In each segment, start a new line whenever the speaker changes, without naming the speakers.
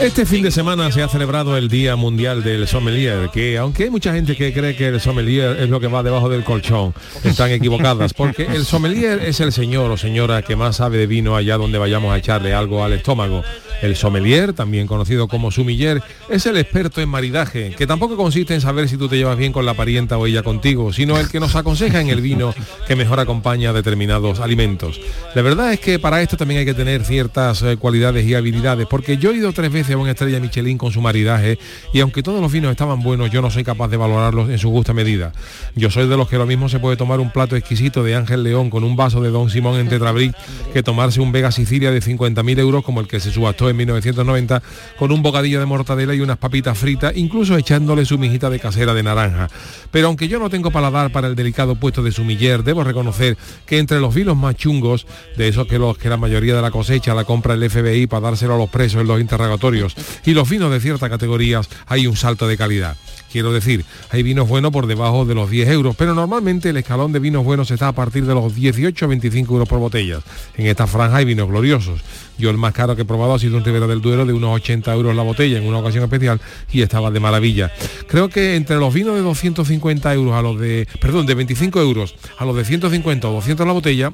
Este fin de semana se ha celebrado el Día Mundial del Sommelier, que aunque hay mucha gente que cree que el sommelier es lo que va debajo del colchón, están equivocadas, porque el sommelier es el señor o señora que más sabe de vino allá donde vayamos a echarle algo al estómago. El sommelier, también conocido como sumiller, es el experto en maridaje, que tampoco consiste en saber si tú te llevas bien con la parienta o ella contigo, sino el que nos aconseja en el vino que mejor acompaña determinados alimentos. La verdad es que para esto también hay que tener ciertas eh, cualidades y habilidades, porque yo he ido tres veces a una estrella Michelin con su maridaje y aunque todos los vinos estaban buenos, yo no soy capaz de valorarlos en su justa medida. Yo soy de los que lo mismo se puede tomar un plato exquisito de Ángel León con un vaso de Don Simón en Tetrabric que tomarse un Vega Sicilia de 50.000 euros como el que se subastó en 1990 con un bocadillo de mortadela y unas papitas fritas, incluso echándole su mijita de casera de naranja. Pero aunque yo no tengo paladar para el delicado puesto de sumiller, debo reconocer que entre los vinos más chungos, de esos que los que la mayoría de la cosecha la compra el FBI para dárselo a los presos en los interrogatorios, y los vinos de ciertas categorías, hay un salto de calidad. Quiero decir, hay vinos buenos por debajo de los 10 euros, pero normalmente el escalón de vinos buenos está a partir de los 18 o 25 euros por botella. En esta franja hay vinos gloriosos. Yo el más caro que he probado ha sido un Ribera del Duero de unos 80 euros la botella en una ocasión especial y estaba de maravilla. Creo que entre los vinos de 250 euros a los de, perdón, de 25 euros a los de 150 o 200 la botella,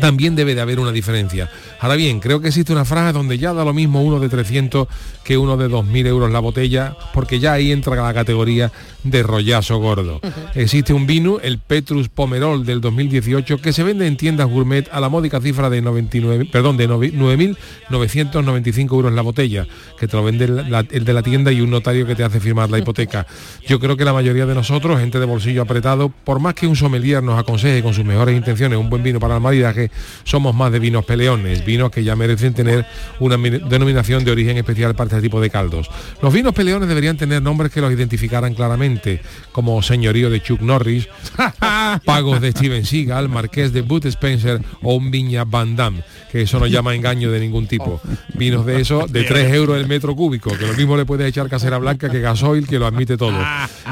también debe de haber una diferencia. Ahora bien, creo que existe una franja donde ya da lo mismo uno de 300 que uno de 2.000 euros la botella, porque ya ahí entra la categoría de rollazo gordo. Existe un vino, el Petrus Pomerol del 2018, que se vende en tiendas gourmet a la módica cifra de 99, perdón, de 9.995 euros la botella, que te lo vende el, la- el de la tienda y un notario que te hace firmar la hipoteca. Yo creo que la mayoría de nosotros, gente de bolsillo apretado, por más que un sommelier nos aconseje con sus mejores intenciones un buen vino para el maridaje, somos más de vinos peleones, vinos que ya merecen tener una mi- denominación de origen especial para este tipo de caldos. Los vinos peleones deberían tener nombres que los identificaran claramente, como señorío de Chuck Norris, pagos de Steven Seagal, marqués de Bud Spencer o un viña Van Damme, que eso no llama engaño de ningún tipo. Vinos de eso de 3 euros el metro cúbico, que lo mismo le puedes echar casera blanca que gasoil, que lo admite todo.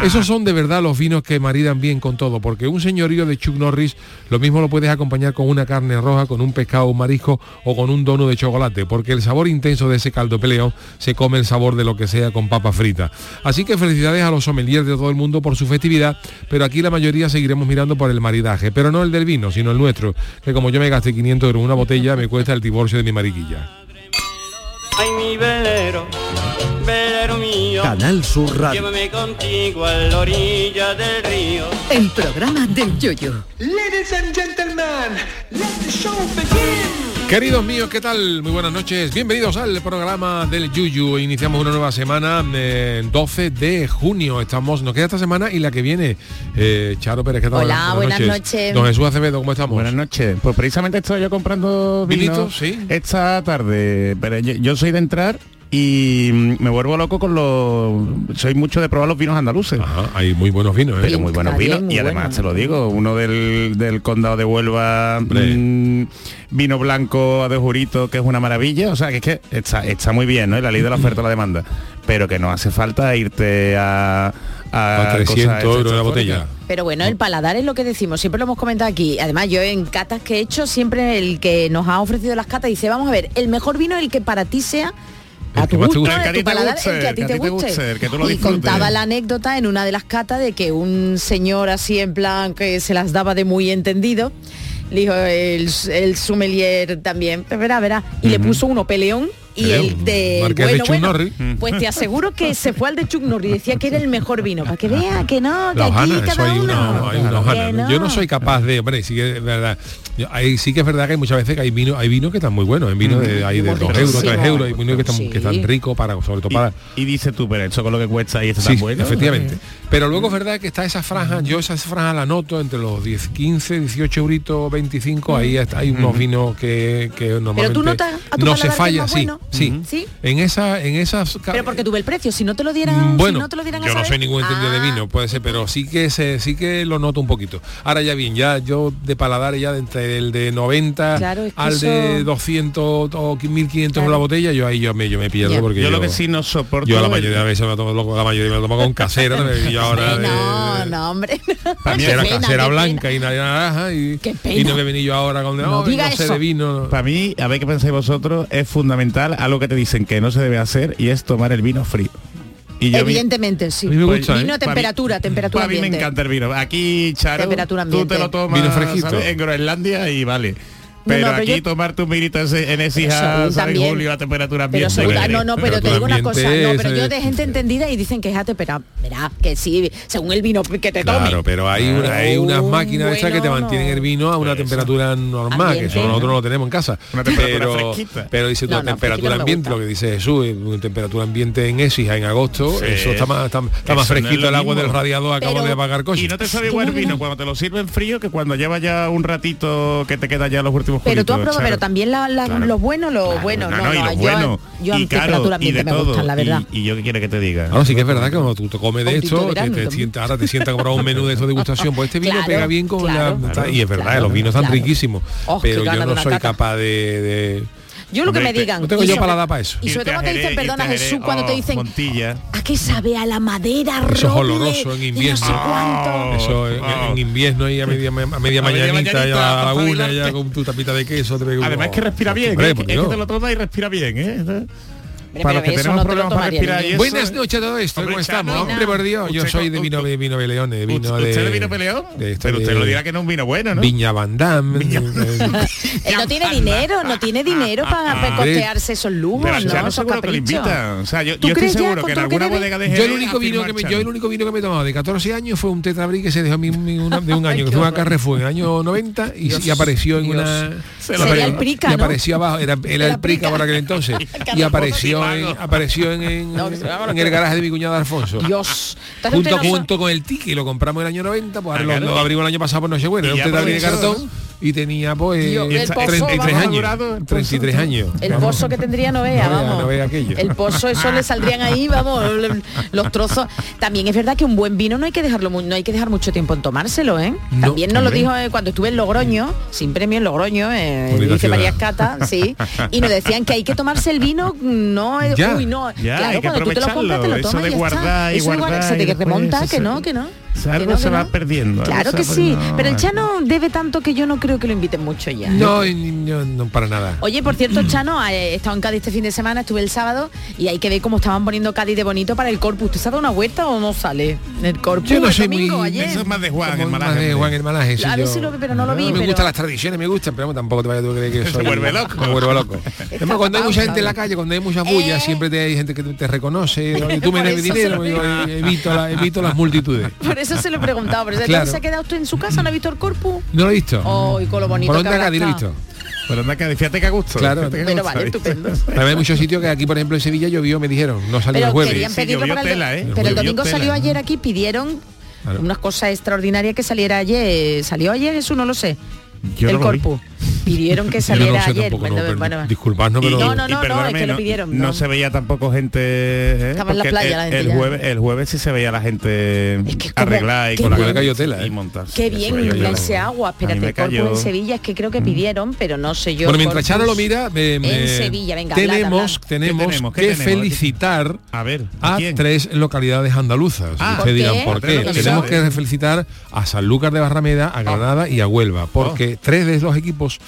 Esos son de verdad los vinos que maridan bien con todo, porque un señorío de Chuck Norris lo mismo lo puedes acompañar con una carne roja, con un pescado, un marisco o con un dono de chocolate, porque el sabor intenso de ese caldo peleón se come el sabor de lo que sea con papa frita. Así que felicidades a los sommeliers de todo el mundo por su festividad, pero aquí la mayoría seguiremos mirando por el maridaje, pero no el del vino, sino el nuestro, que como yo me gasté 500 euros en una botella, me cuesta el divorcio de mi mariquilla.
Ay, mi velero, velero mío.
Canal Sur Radio.
Llévame contigo a la orilla del río.
El programa del Yoyo.
Ladies and gentlemen, let the show begin.
Queridos míos, ¿qué tal? Muy buenas noches. Bienvenidos al programa del Yuyu. Iniciamos una nueva semana, eh, 12 de junio. Estamos, nos queda esta semana y la que viene. Eh, Charo Pérez, ¿qué tal?
Hola, buenas noches.
Don Jesús Acevedo, ¿cómo estamos?
Buenas noches. Pues precisamente estoy yo comprando
Vinito,
vinitos
sí.
esta tarde. Pero yo, yo soy de entrar y mm, me vuelvo loco con los. Soy mucho de probar los vinos andaluces.
Ajá, hay muy buenos vinos, ¿eh?
Pero muy buenos
Está bien,
vinos.
muy
y además
bueno.
te lo digo, uno del, del condado de Huelva,
Hombre.
mm, vino blanco de jurito, que es una maravilla. O sea, que es que está, está muy bien, ¿no? Y La ley de la oferta y la demanda. Pero que no hace falta irte a.
A 300 euros la botella.
Pero bueno, el paladar es lo que decimos, siempre lo hemos comentado aquí. Además, yo en catas que he hecho, siempre el que nos ha ofrecido las catas dice, vamos a ver, el mejor vino es el que para ti sea.
El
A
que
tu
más te
gusto,
guste.
de
El que a
tu
ti te
paladar,
guste,
el que a ti te guste.
el que tú lo
y
disfrutes.
contaba la anécdota en una de las catas de que un señor así en plan que se las daba de muy entendido Le dijo el, el sommelier también, "Pues verá, verá. Y le puso uno peleón y
Peleón.
el de...
Marqués de
bueno,
Chuck
bueno,
Norris.
pues te aseguro que se fue al de Chuck Norris y decía que era el mejor vino. Para que vea que no, que
La
aquí
hojana, eso
cada
hay
uno...
una, hay una hojana.
Que
Yo no soy capaz de, hombre, sí que es verdad. Yo- ahí sí que es verdad que hay muchas veces que hay vino, hay vinos que están muy buenos, hay vinos de, hay de 2 euros, 3
Mm, Riquísimo.
euros, hay vinos que están, que están
Sí.
ricos para, sobre todo
Y,
para.
y dice tú, pero eso con lo que cuesta y esto
Sí,
tan bueno.
efectivamente. Pero luego es verdad que está esa franja, yo esa franja la noto entre los 10, 15, 18 euritos, 25, ahí está- hay unos vinos que, que normalmente
notas a tu
no
paladar
se
que es
falla,
más
sí,
bueno.
sí.
Ujú. ¿Sí?
En esa, en esas ca- Mm,
Pero porque tuve el precio, si no te lo dieran,
bueno,
si no te lo dieran a
yo no
saber-
soy ningún entendido de
Ah,
vino, puede ser, pero sí que se, sí que lo noto un poquito. Ahora ya bien, ya yo de paladar ya de entre el de 90
Claro, es que
al de
eso-
200 o 1500 por la
Claro.
botella, yo ahí yo me, yo me pierdo
Ya.
porque
Yo, lo que sí no soporto.
yo la
el-
mayoría de las veces me lo tomo, loco, la mayoría me lo tomo con casera y yo ahora
Ay,
de-
eh, no, no, hombre.
Para mí
Qué
casera,
pena,
casera
qué
blanca y naranja y,
Qué
y no
pena.
me venía yo ahora con
No
"Ay, no,
diga
sé
eso".
de vino.
Para mí, a ver qué pensáis vosotros, es fundamental algo que te dicen que no se debe hacer y es tomar el vino frío. Y
pena.
yo vi-
Evidentemente, sí. Pues,
A mí me gusta, ¿eh?
vino a
Pa' mí-
temperatura, temperatura
pa' mí
ambiente.
me encanta el vino. Aquí, Charo,
Temperatura
tú te
ambiente.
lo tomas
Vino fresquito.
¿sabes? en Groenlandia y vale. Pero,
no, pero
aquí
yo-
tomarte un vinito ese- en
Pero
Écija,
según
¿sabes?
también.
Julio, a temperatura
Pero
ambiente.
seguro-
¿vale?
no, pues- no, pero te
Temperatura
digo una cosa, no,
ambiente
pero yo
es-
de gente entendida y dicen que es pero verá, que sí, según el vino que te tome.
Claro, pero hay, una- hay unas
Un
máquinas estas que te
bueno,
mantienen
no.
el vino a una
Eso.
temperatura normal, que eso
Ambiente.
nosotros no lo tenemos en casa.
Una temperatura
pero,
fresquita.
pero dice tú,
No, no,
temperatura
fresquita no me
ambiente,
gusta.
lo que dice Jesús, eh, una temperatura ambiente en Écija en agosto,
Sí.
eso está más, está, está más
Eso no es
fresquito
lo
el agua
mismo.
del radiador, acabo
Pero-
de apagar coche.
Y no te sabe igual el vino cuando te lo sirven frío que cuando lleva ya un ratito que te queda ya los últimos
Pero tú has
juguitos,
probado,
Charo.
pero también la- la-
Claro.
los buenos, los
Claro,
buenos,
no,
no,
no, y
no,
los
yo,
buenos,
yo a
y
mi
caro,
temperatura
y de
ambiente me
todo.
gustan, la verdad.
Y, y yo qué quiero que te diga.
Ahora sí que es verdad que cuando tú te comes de
Con tinto de
esto, te-
verano
te
también.
sienta- ahora te sienta como un menú de esto de degustación. Pues este vino
Claro,
pega bien con
claro,
la...
claro,
y es verdad,
claro,
los vinos están
claro.
riquísimos.
Oh, qué
pero yo
ganas
no
de una
soy
cata.
capaz de- de
Yo lo que
Hombre,
me
te-
digan.
no tengo
y
yo
sobre-
palabra para eso.
Y sobre
Irte
todo
a
cuando te
Jerez,
dicen, perdona
irte a Jerez,
Jesús, cuando te
oh,
dicen,
Montilla.
¿a qué sabe a la madera?
Eso es
roble,
oloroso en
de no
invierno.
sé cuánto"?
Oh,
Eso en,
oh.
en invierno y a media, a media
A media mañanita,
mañanita ya a la
para
laguna
espabilarte.
ya con tu tapita de queso. te digo,
Además que respira
oh,
bien,
hombre,
¿eh?
por
es que
Dios.
te lo tomas y respira bien, ¿eh?
Hombre,
Para los
pero
que
eso
tenemos
no te lo
problemas para
tomaría
respirar
ni-
y eso-
Buenas noches a todo esto,
Hombre,
¿cómo
Chano,
estamos?
no.
hombre, por Dios, yo
Usted
soy de
con-
vino, vino Beleón, de vino de...
¿Usted le vino peleón?
de esto
pero usted
de-
lo dirá que no es un vino bueno, ¿no?
Viña Van Damme. eh,
Él no tiene dinero, no tiene dinero para para
Hombre.
costearse esos lujos,
Ah, Pero ya
¿no?
no
Esos
seguro que le
caprichos.
invitan. O sea, yo,
¿Tú
yo estoy
crees ya
seguro
con
que en
todo lo que
alguna
debe?
bodega de
Yo
Jerez
el único vino que
afirma
me,
el
yo el
Chano.
único vino que me he tomado de 14 años fue un tetrabrí que se dejó mi- mi- una- de un año que fue a Carrefour en el año 90 y, y apareció en una
Se
y
lo
apare-
Sería el
Prica,
y
¿no?
apareció abajo era, era el prica por aquel entonces y apareció en,
Carrefour.
apareció en, en-
No, que se llama la
en el garaje de mi cuñado Alfonso
Dios. Entonces,
junto
usted no
junto con el tiki lo compramos el año 90 pues
Ah,
ahora lo,
claro.
lo abrimos el año pasado por no sé bueno
Y
era un
ya
tetrabrí de
aprovechó,
cartón y tenía pues
Dios, el
tre-
pozo,
33
vamos.
Madurado,
años
el pozo.
33 años
El
Vamos.
pozo que tendría no vea,
No vea,
vamos.
no vea aquello.
El pozo, eso le saldrían ahí, vamos, le- los trozos. También es verdad que un buen vino no hay que dejarlo mu- no hay que dejar mucho tiempo en tomárselo, ¿eh?
No,
También nos lo
hombre.
dijo eh, cuando estuve en Logroño, sin premio en Logroño, eh,
Bonita
dice
ciudad.
María Cata, sí, y nos decían que hay que tomarse el vino, no, eh,
Ya,
uy, no,
ya,
claro,
hay que
cuando tú te lo compras te
aprovecharlo,
lo
eso
tomas
de
y ya
guardar
está.
y
Eso de
guardar
se
y
te que
después
remonta,
eso
que
se-
no, que no.
O sea,
que
algo
no,
se
que
va
no.
perdiendo, algo
Claro
se
que
va
sí,
perdiendo.
pero el Chano debe tanto que yo no creo que lo inviten mucho ya. ¿eh?
no, ni- no, no para nada
Oye, por cierto, Chano, eh, he estado en Cádiz este fin de semana, estuve el sábado y hay que ver cómo estaban poniendo Cádiz de bonito para el corpus. ¿Tú has dado una vuelta o no sale el corpus?
Yo no
el
soy
domingo,
muy-
ayer.
Eso es más de Juan,
Como
el
más
malaje.
de Juan el Malaje, sí,
A ver
yo-
si lo vi, pero no lo vi,
Me
pero-
gustan las tradiciones, me gustan, pero tampoco te vayas tú a creer que soy...
vuelve loco.
Me vuelvo loco. Además, cuando hay mucha
tapado,
gente en la
¿sabes?
calle, cuando hay mucha bulla,
Eh.
siempre te, hay gente que te reconoce. ¿no? Y Tú me
Por
debes
eso
dinero,
se lo
yo eh, evito, la- evito las multitudes.
Por eso se lo he preguntado. Pero
Claro.
¿Se ha quedado usted en su casa? ¿No ha visto el corpus?
¿No lo he visto?
Oh, y con lo bonito
¿Por
que
dónde
habrá
acá lo he
estado.
visto?
Pero anda, que fíjate que a gusto.
Claro.
fíjate que a
Pero
gusto,
vale,
¿viste?
estupendo.
También hay muchos sitios que aquí, por ejemplo, en Sevilla llovió, me dijeron, no salí el
Pero
jueves.
querían
Sí,
pedirlo
llovió
para el,
tela, ¿eh?
Pero el
Llovió
domingo
tela.
salió ayer aquí, pidieron
Claro.
unas cosas extraordinarias que saliera ayer. eh, ¿Salió ayer eso? No lo sé.
Yo
el
no lo vi.
corpus. Pidieron que
Yo no
saliera
lo sé
ayer.
tampoco, no,
Bueno,
pero-
bueno.
disculpadnos,
Y-
pero...
No, no,
y perdóname,
es que lo pidieron,
No,
no.
se veía tampoco gente. ¿eh?
Estaba en la
Porque
playa la
el,
gente
el
ya.
jueves, el jueves sí se veía la gente
Es que es como-
arreglada y
qué
con la
bueno.
cabeza
Cayó tela,
y
¿eh?
montarse.
Qué
Eso veía
bien
yo.
ese agua,
A mí
espérate,
me
el corpus
cayó.
en Sevilla, es que creo que pidieron, pero no sé yo.
Mm. Bueno, mientras
corpus
Charo lo mira, me- me-
en Sevilla, venga, hablad,
tenemos,
hablad.
tenemos
tenemos? ¿Qué
que
tenemos?
felicitar
A ver, ¿a
a
quién?
Ah, tres localidades andaluzas. Ustedes
Ah,
¿por qué?
dirán por
Tres
qué.
localidades.
Tenemos que felicitar a Sanlúcar de Barrameda, a Granada y a Huelva,
Oh.
porque tres de los equipos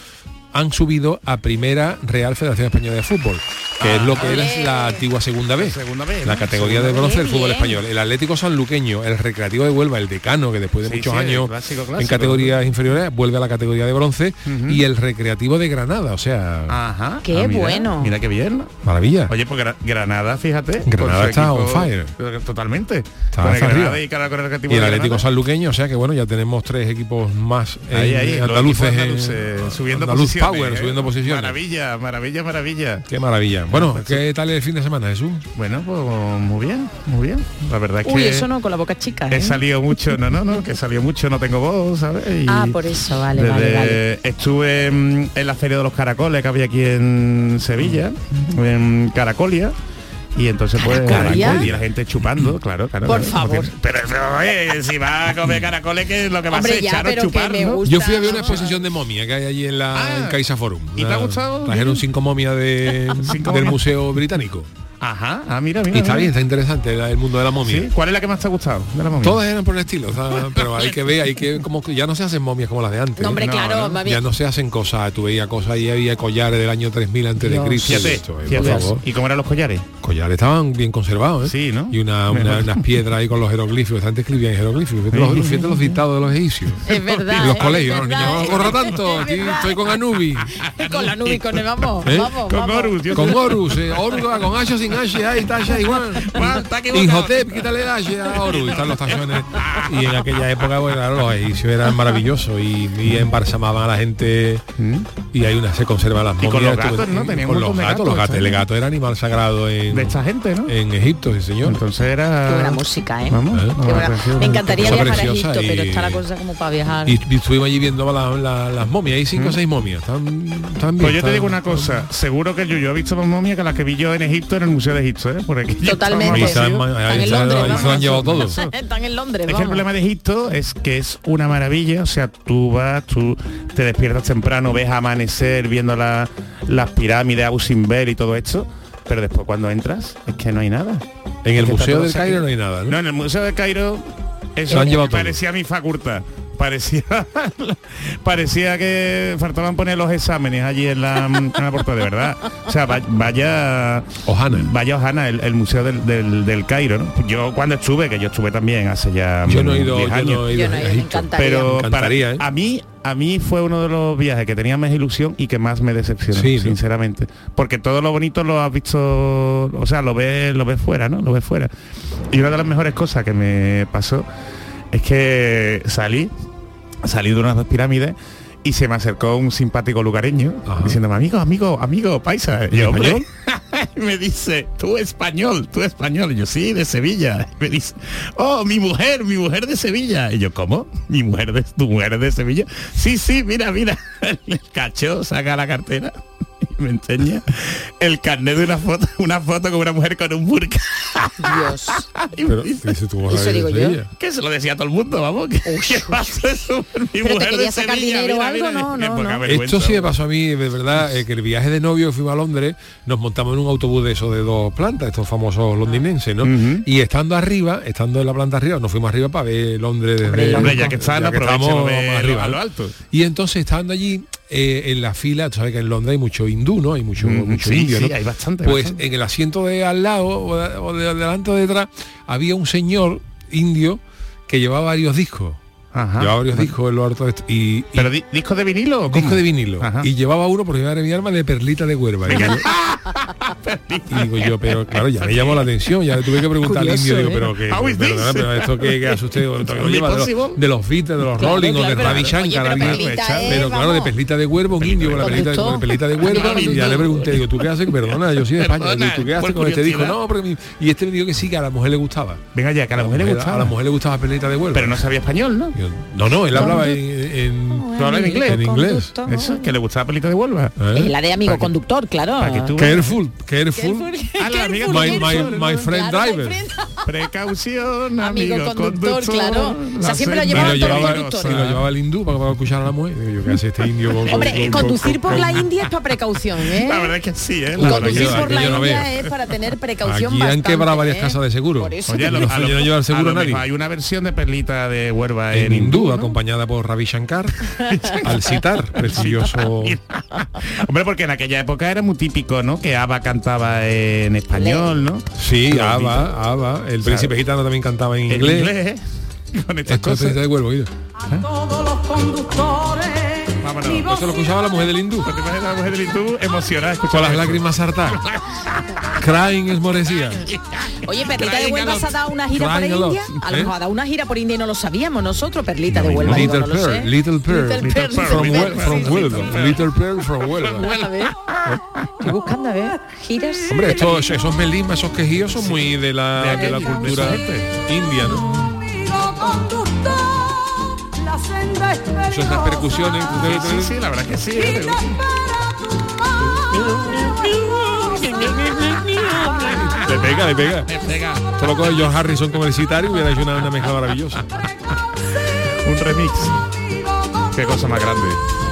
han subido a primera Real Federación Española de Fútbol. que es lo que era la antigua segunda vez.
Ah, La segunda vez,
La
¿no?
categoría de
Segunda
bronce
vez.
del fútbol
Bien.
español. El Atlético Sanluqueño, el Recreativo de Huelva, el Decano, que después de
Sí,
muchos
sí, el
años
clásico,
en
clásico.
categorías inferiores vuelve a la categoría de bronce y el Recreativo de Granada, o sea,
Ajá. Ah,
Qué
mira,
bueno.
Mira qué bien.
maravilla.
Oye, pues Gra- Granada, fíjate.
Granada
con su
está on fire.
eh, Totalmente.
Está
con el
hasta
Granada
arriba.
y cara con el Recreativo
y el
de
Atlético
Granada.
Sanluqueño, o sea que bueno, ya tenemos tres equipos más eh,
Ahí, ahí, los
andaluces,
equipos
en-
andaluces, eh, subiendo
andaluz
posiciones.
power,
eh.
subiendo posiciones.
Maravilla, maravilla, maravilla.
Qué maravilla. Bueno, ¿qué tal el fin de semana, Jesús?
Bueno, pues muy bien, muy bien. La verdad es que
Uy, eso no, con la boca chica. ¿eh?
he salido mucho, no, no, no, que he salido mucho, no tengo voz, ¿sabes? Y
Ah, por eso, vale,
desde-
vale, vale.
Estuve mm, en la Feria de los Caracoles que había aquí en Sevilla, en Caracolia. Y entonces pues
¿Caracolia?
Caracolia, y la gente chupando, claro, claro.
Por
claro,
favor.
porque- Pero, pero, eh, si va a comer caracoles, que lo que va a
Hombre,
hacer
ya,
es
pero que
chupar,
me
¿no?
gusta.
Yo fui a ver una
¿no?
exposición de momia que hay allí en la
Ah.
en Caixa Forum.
¿Y te ha
Una-
gustado?
Trajeron cinco momias de,
Cinco
del
momias.
Museo Británico.
Ajá, ah, mira, mira.
Y está
mira.
bien, está interesante la- el mundo de la momia.
¿Sí? ¿Cuál es la que más te ha gustado? De la momia?
Todas eran por el estilo, o sea, pero hay que ver, hay que como que ya no se hacen momias como las de antes.
No, hombre,
No,
claro,
no.
más
Ya
bien.
no se hacen cosas, tú veías cosas y había collares del año 3000 antes de
Dios.
Cristo. y
Fíjate,
esto, eh, por
fíjate.
favor.
¿Y cómo eran los collares?
Collares estaban bien conservados, ¿eh?
Sí, ¿no?
Y una, una-
Mejor.
unas piedras ahí con los jeroglíficos, antes escribían jeroglíficos. Fíjate los, fíjate los dictados de los egipcios.
Es verdad,
En los
es
colegios, los
verdad,
niños, no
es
corra
verdad,
tanto,
es
aquí
verdad.
estoy con Anubi.
Con la nube, y con el vamos,
¿Eh?
vamos,
Con
vamos.
Horus, yo
Con Horus, eh, Horus va con H o sin H, ahí está H igual.
Juan, está equivocado.
Inhotep, quítale el H a Horus, y están los tachones. Y en aquella época, bueno, claro, los egipcios eran maravillosos y, y embalsamaban a la gente
¿Mm?
y hay una se conserva las
Y con
momias,
los gatos,
estuve-
¿no?
y
Tenían un
Con los
montón de
gatos,
gatos,
los gatos. El
¿sabes?
gato era animal sagrado en,
de esta gente, ¿no?
en Egipto, sí señor.
Entonces era.
Qué buena música, ¿eh?
Vamos,
¿Eh?
vamos,
Qué buena-
precioso.
Me encantaría
Cosa
viajar a
preciosa
Egipto, pero
y-
está la cosa como para viajar.
Y, y estuvimos allí viendo la- la- las momias, hay cinco o seis momias. Están, están bien,
Pues yo te
están-
digo una cosa, seguro que el Yuyo ha visto más momia que las que vi yo en Egipto en el Museo de Egipto, ¿eh? Por aquí
Totalmente.
Ahí
Pues,
se,
sí.
han- ahí
Están en
se
Londres,
han- ahí se lo han
vamos.
llevado todos.
Están en Londres,
Es que el
vamos.
problema de Egipto es que es una maravilla, o sea, tú vas, tú te despiertas temprano, ves amanecer viendo la- las pirámides, Abu Simbel y todo esto, pero después cuando entras es que no hay nada.
En el
Es que está
Museo
todo
del Cairo
saqueado.
no hay nada, ¿no?
No, en el Museo de Cairo
Lo
eso
han llevado todo.
parecía mi facultad. Parecía parecía que faltaban poner los exámenes allí en la, en la portada, de verdad. O sea, va- vaya
Ojana.
vaya Ojana, el, el Museo del, del- del Cairo, ¿no? Yo cuando estuve, que yo estuve también hace ya
Yo
mm,
no he ido,
10
yo
años.
no he ido
Yo no,
a
yo me
Egipto.
encantaría.
Pero
Me
para,
encantaría, ¿eh?
a mí a mí fue uno de los viajes que tenía más ilusión y que más me decepcionó,
Sí, ¿no?
sinceramente, porque todo lo bonito lo has visto, o sea, lo ves lo ves fuera, ¿no? Lo ves fuera. Y una de las mejores cosas que me pasó es que salí salí de unas dos pirámides y se me acercó un simpático lugareño
Ajá.
diciéndome, amigo, amigo, amigo, paisa. Y yo,
¿Español?
"Hombre". Y me dice, tú español, tú español. Y yo, sí, de Sevilla. Y me dice, oh, mi mujer, mi mujer de Sevilla. Y yo, ¿cómo? ¿Mi mujer de, tu mujer de Sevilla? Sí, sí, mira, mira. El cacho saca la cartera y me enseña el carnet de una foto, una foto con una mujer con un burka.
Dios.
Y me
Pero
dice,
dice tú vas
Eso
a ir a
digo yo.
Sevilla.
que se lo decía a todo el mundo, vamos. Que, que pasa eso por mi
te
mujer
quería
de
sacar
Sevilla,
dinero o algo,
mira, mira,
no,
qué
no,
poca
no.
vergüenza.
Esto sí me pasó a mí, de verdad, eh, que el viaje de novio fuimos a Londres, nos montamos en un autobús de esos de dos plantas, estos
Ah.
famosos londinenses, ¿no?
Ujú.
Y estando arriba, estando en la planta arriba, nos fuimos arriba para ver Londres desde
Hombre, ya que están, aprovechen
estamos,
lo de-
vamos arriba,
a lo
¿no?
alto.
Y entonces estando allí eh, en la fila, tú sabes que en Londres hay mucho hindú, ¿no? Hay mucho,
Ujú,
mucho
Mm, sí,
indio,
sí,
¿no?
hay bastante,
Pues
bastante.
en el asiento de al lado o de, o de adelante o de detrás había un señor indio que llevaba varios discos.
Ajá.
llevaba varios discos en lo harto de esto. Y, y
Pero di- disco de vinilo, o cómo?
disco de vinilo.
Ajá.
Y llevaba uno, porque madre mi alma, de perlita de huerva. Y, yo- y digo yo, pero claro, ya me llamó la atención, ya le tuve que preguntar al
Curioso,
indio, digo,
¿eh?
pero que
How is
perdona,
this?
pero esto que, que hace usted o esto que lo
Is it
lleva, de,
possible?
los, de los Beatles, de los
Claro,
Rolling o
claro,
de
pero-
Ravi Shankar,
oye, pero
alguien-
perlita, eh,
pero claro, de
vamos.
perlita de huervo, un indio con la
Perlita de
perlita de,
huervo.
con la perlita de huerva,
Contestó.
y ya le pregunté, digo, ¿tú qué haces? Perdona, yo soy de España,
Perdona,
digo, ¿tú qué haces
por
con este disco?
curiosidad.
No, porque mi- y este me dijo que sí, que a la mujer le gustaba.
Venga ya, que a la mujer le
A la
gustaba.
mujer le gustaba perlita de huerva.
Pero no sabía español, ¿no?
Yo- No, no, él hablaba en, en-
¿Tú hablas en inglés?
En inglés.
Eso, que le gustaba pelita de Huelva.
¿eh?
Es la de amigo
Para que-
conductor, claro.
para que tú-
Careful, careful.
Ah, la amiga
My,
Careful,
my-
¿no?
my friend
Claro, my
driver.
friend.
Precaución, amigo,
Amigo conductor, claro. O sea,
la
siempre lo
Y
senda
Llevaba todo
lo, llevaba,
el
y
conductor.
lo llevaba el hindú para, para escuchar a la mujer. Digo yo, ¿qué hace este indio? con-
Hombre,
con- con-
conducir por
con-
la India es para precaución, ¿eh?
La verdad es que sí, ¿eh? La
Claro,
verdad que
Conducir
yo-
sí.
por la
yo no
India
veo.
es para tener precaución
Aquí han
bastante,
quebrado varias
¿eh?
casas de seguro.
Por eso.
Oye, a lo, a lo-
Yo no llevo el seguro
a lo
a nadie.
mejor Hay una versión de Perlita de Huerva
en
en,
hindú,
¿no?
acompañada por Ravi Shankar, al citar, precioso.
Hombre, porque en aquella época era muy típico, ¿no? Que Ava cantaba en español, ¿no?
Sí,
Claro,
Ava, Ava, el príncipe gitano también cantaba en
En
inglés.
inglés. ¿eh? Con estas
Esto es
cosas.
Príncipe de Huelva, mira.
Vámonos. Pues,
Eso lo escuchaba la mujer del hindú.
¿Te imaginas la mujer del hindú emocionada
Con
escuchando
las
esto?
lágrimas hartas. Crying es moresía.
Oye, Perlita de Huelva se ha dado una gira por
Tráigalo,
India. A lo
¿eh?
mejor ha dado una gira por India y no lo sabíamos nosotros, Perlita de Huelva. digo,
Little
no lo sé.
Pearl, Little Pearl.
Little Pearl,
From
Little
Huel-
Pearl, sí,
from
sí.
Huelva. Little Pearl from Huelva.
A ver, estoy buscando, a ver, giras.
Hombre, estos, esos melismas, esos quejíos son muy de la, de la
aquella,
cultura
de esa
india, ¿no? Son las percusiones.
Sí, sí, la verdad que sí. ¿eh?
Le pega, le pega.
Venga,
Esto lo coge George Harrison como el sitar y hubiera hecho una, una mezcla maravillosa.
un remix. Qué cosa más grande.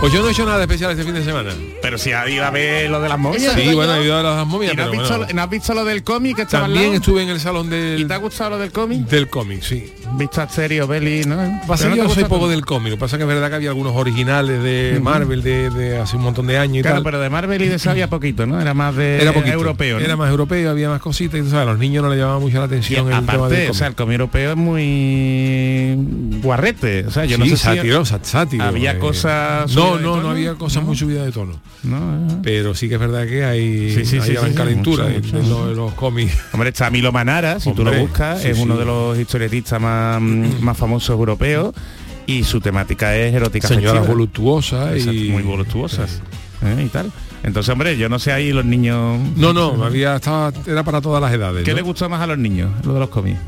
Pues yo no he hecho nada especial este fin de semana.
Pero si ha ido a ver lo de las momias.
Sí, bueno, he ido a las momias,
¿Y no
pero
has, visto,
bueno.
no has visto lo del cómic que estaba al
También
lado?
estuve en el salón
¿Y te ha
del,
gustado lo del cómic?
del cómic, sí.
Visto a Serio Belli, ¿no?
Pasa que yo
Pero no te
soy
gusta
poco
tanto.
del cómic, lo que pasa que es verdad que había algunos originales de Marvel de, de hace un montón de años y
Claro,
tal.
pero de Marvel y de eso había poquito, ¿no? Era más de
era poquito.
europeo, ¿no?
Era más europeo, había más cositas y tú sabes, a los niños no le llamaba mucho la
Y
atención el tema del
aparte, o
cómic.
sea, el cómic europeo es muy guarrete. O sea, yo no
Sí,
sé si-
sátiro, sat- sátiro, eh.
había cosas
No,
subidas de
no, no
tono,
había cosas muy subidas de tono.
No, eh.
Pero sí que es verdad que hay,
Sí, sí,
hay
sí,
gran
sí, sí,
calentura
mucho,
en-
mucho,
en
mucho.
los- en los cómics.
Hombre, está Milo Manara, si tú
Hombre,
lo buscas,
sí,
es
sí.
uno de los historietistas más, más famosos europeos y su temática es erótica
Señoras
festiva.
voluptuosas
Exacto,
y
muy voluptuosas ¿eh? y tal. Entonces, hombre, yo no sé ahí los niños...
No, no, había estaba era para todas las edades.
¿Qué
¿no?
le gustó más a los niños, lo de los cómics?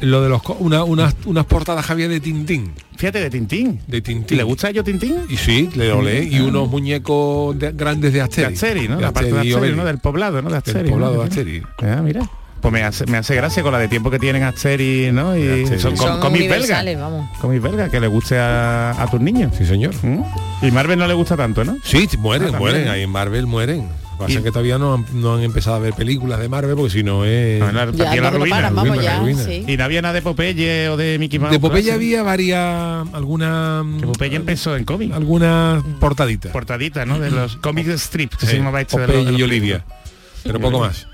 Lo de los co- una- unas unas portadas Javier de Tintín,
Fíjate, de Tintín.
de Tintín.
¿Le gusta a ellos Tintín?
Y sí, le lo leí. Y unos muñecos de- grandes de
De
Asterix.
Asterix, ¿no?
De
La parte de
Asterix y
Asterix, ¿no?
Obelix.
Del poblado, ¿no? De
Del
Asterix. ¿no?
poblado de Asterix.
Ah, mira. Pues me hace, me hace gracia con la de tiempo que tienen Asterix, ¿no? Y
Asterix.
son, con
Son
cómics belgas.
universales, vamos.
Cómics belgas que le guste a, a tus niños.
Sí, señor.
¿Mm? Y Marvel no le gusta tanto, ¿no?
Sí, t- mueren,
Ah,
mueren.
también.
Ahí en Marvel mueren. Lo que Pasa
Y-
es que todavía no han, no han empezado a ver películas de Marvel porque si no es...
No, la-
Ya,
aquí
no
la
te lo
ruina.
paran,
la
vamos
ruina, la
ya.
ruina.
sí.
Y no había nada de Popeye o de Mickey Mouse.
de Popeye
claro, sí.
había varias... Alguna...
Que Popeye empezó en
Ah,
cómics.
Alguna portadita.
Portadita, ¿no? De los cómics de strip. Que
Sí,
se llamaba esto de
Eh, Popeye
los-
y
de los
Olivia. Pero poco más.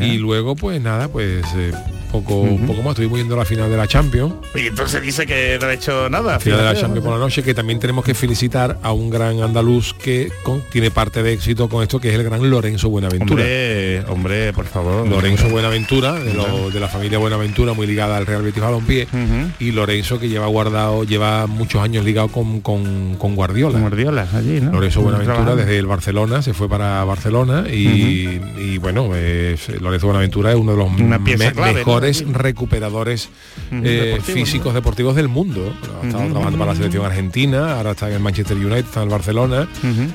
Y luego, pues nada, pues eh, poco, poco más. Estuvimos viendo la final de la Champions.
Y entonces dice que no ha hecho nada.
final de la
fíjate,
Champions por la noche, que también tenemos que felicitar a un gran andaluz que con- tiene parte de éxito con esto, que es el gran Lorenzo Buenaventura.
Hombre, hombre, por favor.
Lorenzo Buenaventura, de, lo- de la familia Buenaventura, muy ligada al Real Betis Balompié,
Ujú.
y Lorenzo que lleva guardado, lleva muchos años ligado con, con- con Guardiola.
Guardiola allí, ¿no?
Lorenzo Buenaventura
Trabajando.
desde el Barcelona se fue para Barcelona y, y, bueno, es- Lorenzo Buenaventura es uno de los
Una pieza
me-
clave, ¿no?
mejores recuperadores
Ujú,
eh,
deportivos, ¿no?
físicos deportivos del mundo. Ha estado trabajando para la selección argentina, ahora está en el Manchester United, está en el Barcelona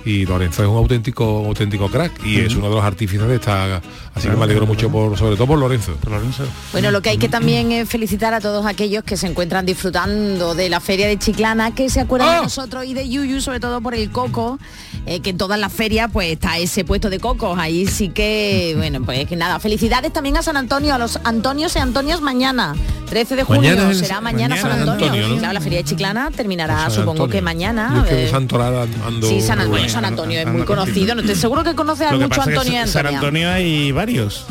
y Lorenzo es un auténtico auténtico crack y es uno de los artífices de esta. Así que me alegro mucho por sobre todo por Lorenzo.
Lorenzo.
Bueno, lo que hay que también es felicitar a todos aquellos que se encuentran disfrutando de la feria de Chiclana, que se acuerdan de nosotros y de Yuyu, sobre todo por el coco, eh, que en todas las ferias pues está ese puesto de cocos. Ahí sí que, bueno, pues que nada. Felicidades también a San Antonio, a los Antonios y Antonios mañana, 13 de junio,
Mañana es el-
será mañana,
mañana
San
es
Antonio.
Antonio, ¿no? Pues
Claro, la feria de Chiclana terminará,
San
Ah, supongo
Antonio.
que mañana.
Yo es que de
eh,
Santoral an- ando
Sí, San Antonio,
regular.
San Antonio es
Ando
muy
contigo.
conocido. No te seguro que conoces a
Lo que
mucho
pasa es
Antonio y
que San
Antonia.
Antonio hay varios.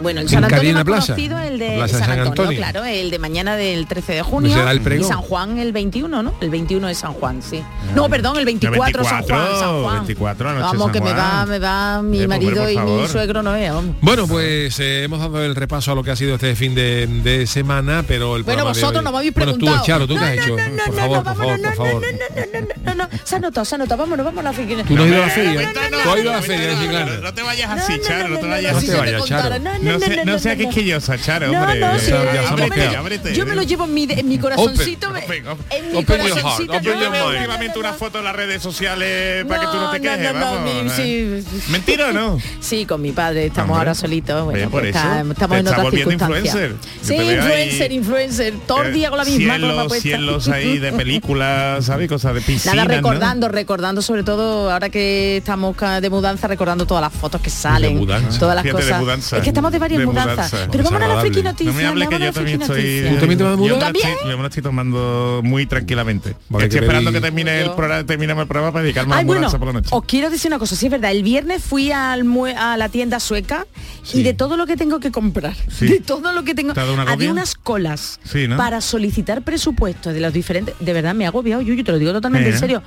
Bueno, el
En
San Antonio
Cadena
más
Plaza.
conocido, el de
Plaza
San,
de San
Antonio,
Antonio. Pues
claro, el de mañana del 13 de junio
será el
y
pregón.
San Juan el 21, ¿no? El 21 es San Juan, sí.
Ah,
No, perdón, el 24, San Juan, San Juan.
24, anoche
Vamos
San
que me
Juan.
va, me va mi
Eh, pues, hombre,
marido
por
y mi
favor.
suegro no vea. vamos.
Bueno, pues eh, hemos dado el repaso a lo que ha sido este fin de, de semana, pero
Bueno,
el programa de
vosotros
hoy-
nos habéis
Bueno, tú,
preguntado.
Charo, ¿tú
no,
qué has
no,
hecho?
No, no,
por
no,
favor,
no,
por
vámonos,
favor, por favor.
No, no, no, no, no, no, no. Se ha notado, se ha notado. Vámonos, vámonos a la oficina.
Tú no has ido a la
No,
feria.
no, no,
Tú has ido a
no,
la feria,
no,
sí,
no,
claro.
no, No te vayas
No,
así,
no, no,
Charo, no te
no,
vayas
no,
No
si
así.
te
se
vayas,
contara.
Charo.
No, no,
no, sea- no sea quisquillosa, Charo,
No,
hombre.
no,
Eh,
sí,
Ya- ya
yo
sabemos
me
que-
lo-
ábrete.
Yo me lo llevo en mi, en mi corazoncito. me-
open, open,
en mi
open your heart,
corazoncito.
open
Yo
no,
your
te
no,
veo
no, no,
últimamente
no,
una
no.
foto en las redes sociales para que tú no te quejes,
no, no,
vamos. ¿eh?
mi- sí.
¿Mentira o no?
Sí, con mi padre estamos
Hombre.
ahora solitos. Bueno,
Ve, por
pues,
eso.
está- estamos
Te
en
está
otras
volviendo
circunstancias.
influencer. Yo
Sí,
te veo ahí-
influencer, influencer. Todo el día con la misma ropa
Cielos,
puesta.
cielos ahí de películas, ¿sabes? Cosas de piscina,
Nada,
¿no?
recordando, recordando sobre todo ahora que estamos ca- de mudanza, recordando todas las fotos que salen,
mudanza.
todas las
Fíjate, de
cosas.
mudanza.
Es que estamos de varias
De
mudanzas.
mudanza.
Pero vamos a la
Desagradable.
friki noticia.
No me hable que yo también estoy.
¿Tú también te vas a mudar?
yo, me la estoy,
¿También?
yo me la estoy tomando muy tranquilamente.
Vale,
estoy
que
esperando que
pedí-
termine el
Yo-
programa, terminemos el programa para dedicarme a
Ay,
la
bueno,
mudanza por la noche.
os quiero decir una cosa, sí es verdad, el viernes fui al mue- a la tienda sueca y de todo lo que tengo que comprar,
Sí.
de todo lo que tengo,
¿Te ha dado una
había
agobio?
unas colas
Sí, ¿no?
para solicitar presupuestos de los diferentes, de verdad me ha agobiado, yo te lo digo totalmente
Eh.
en serio.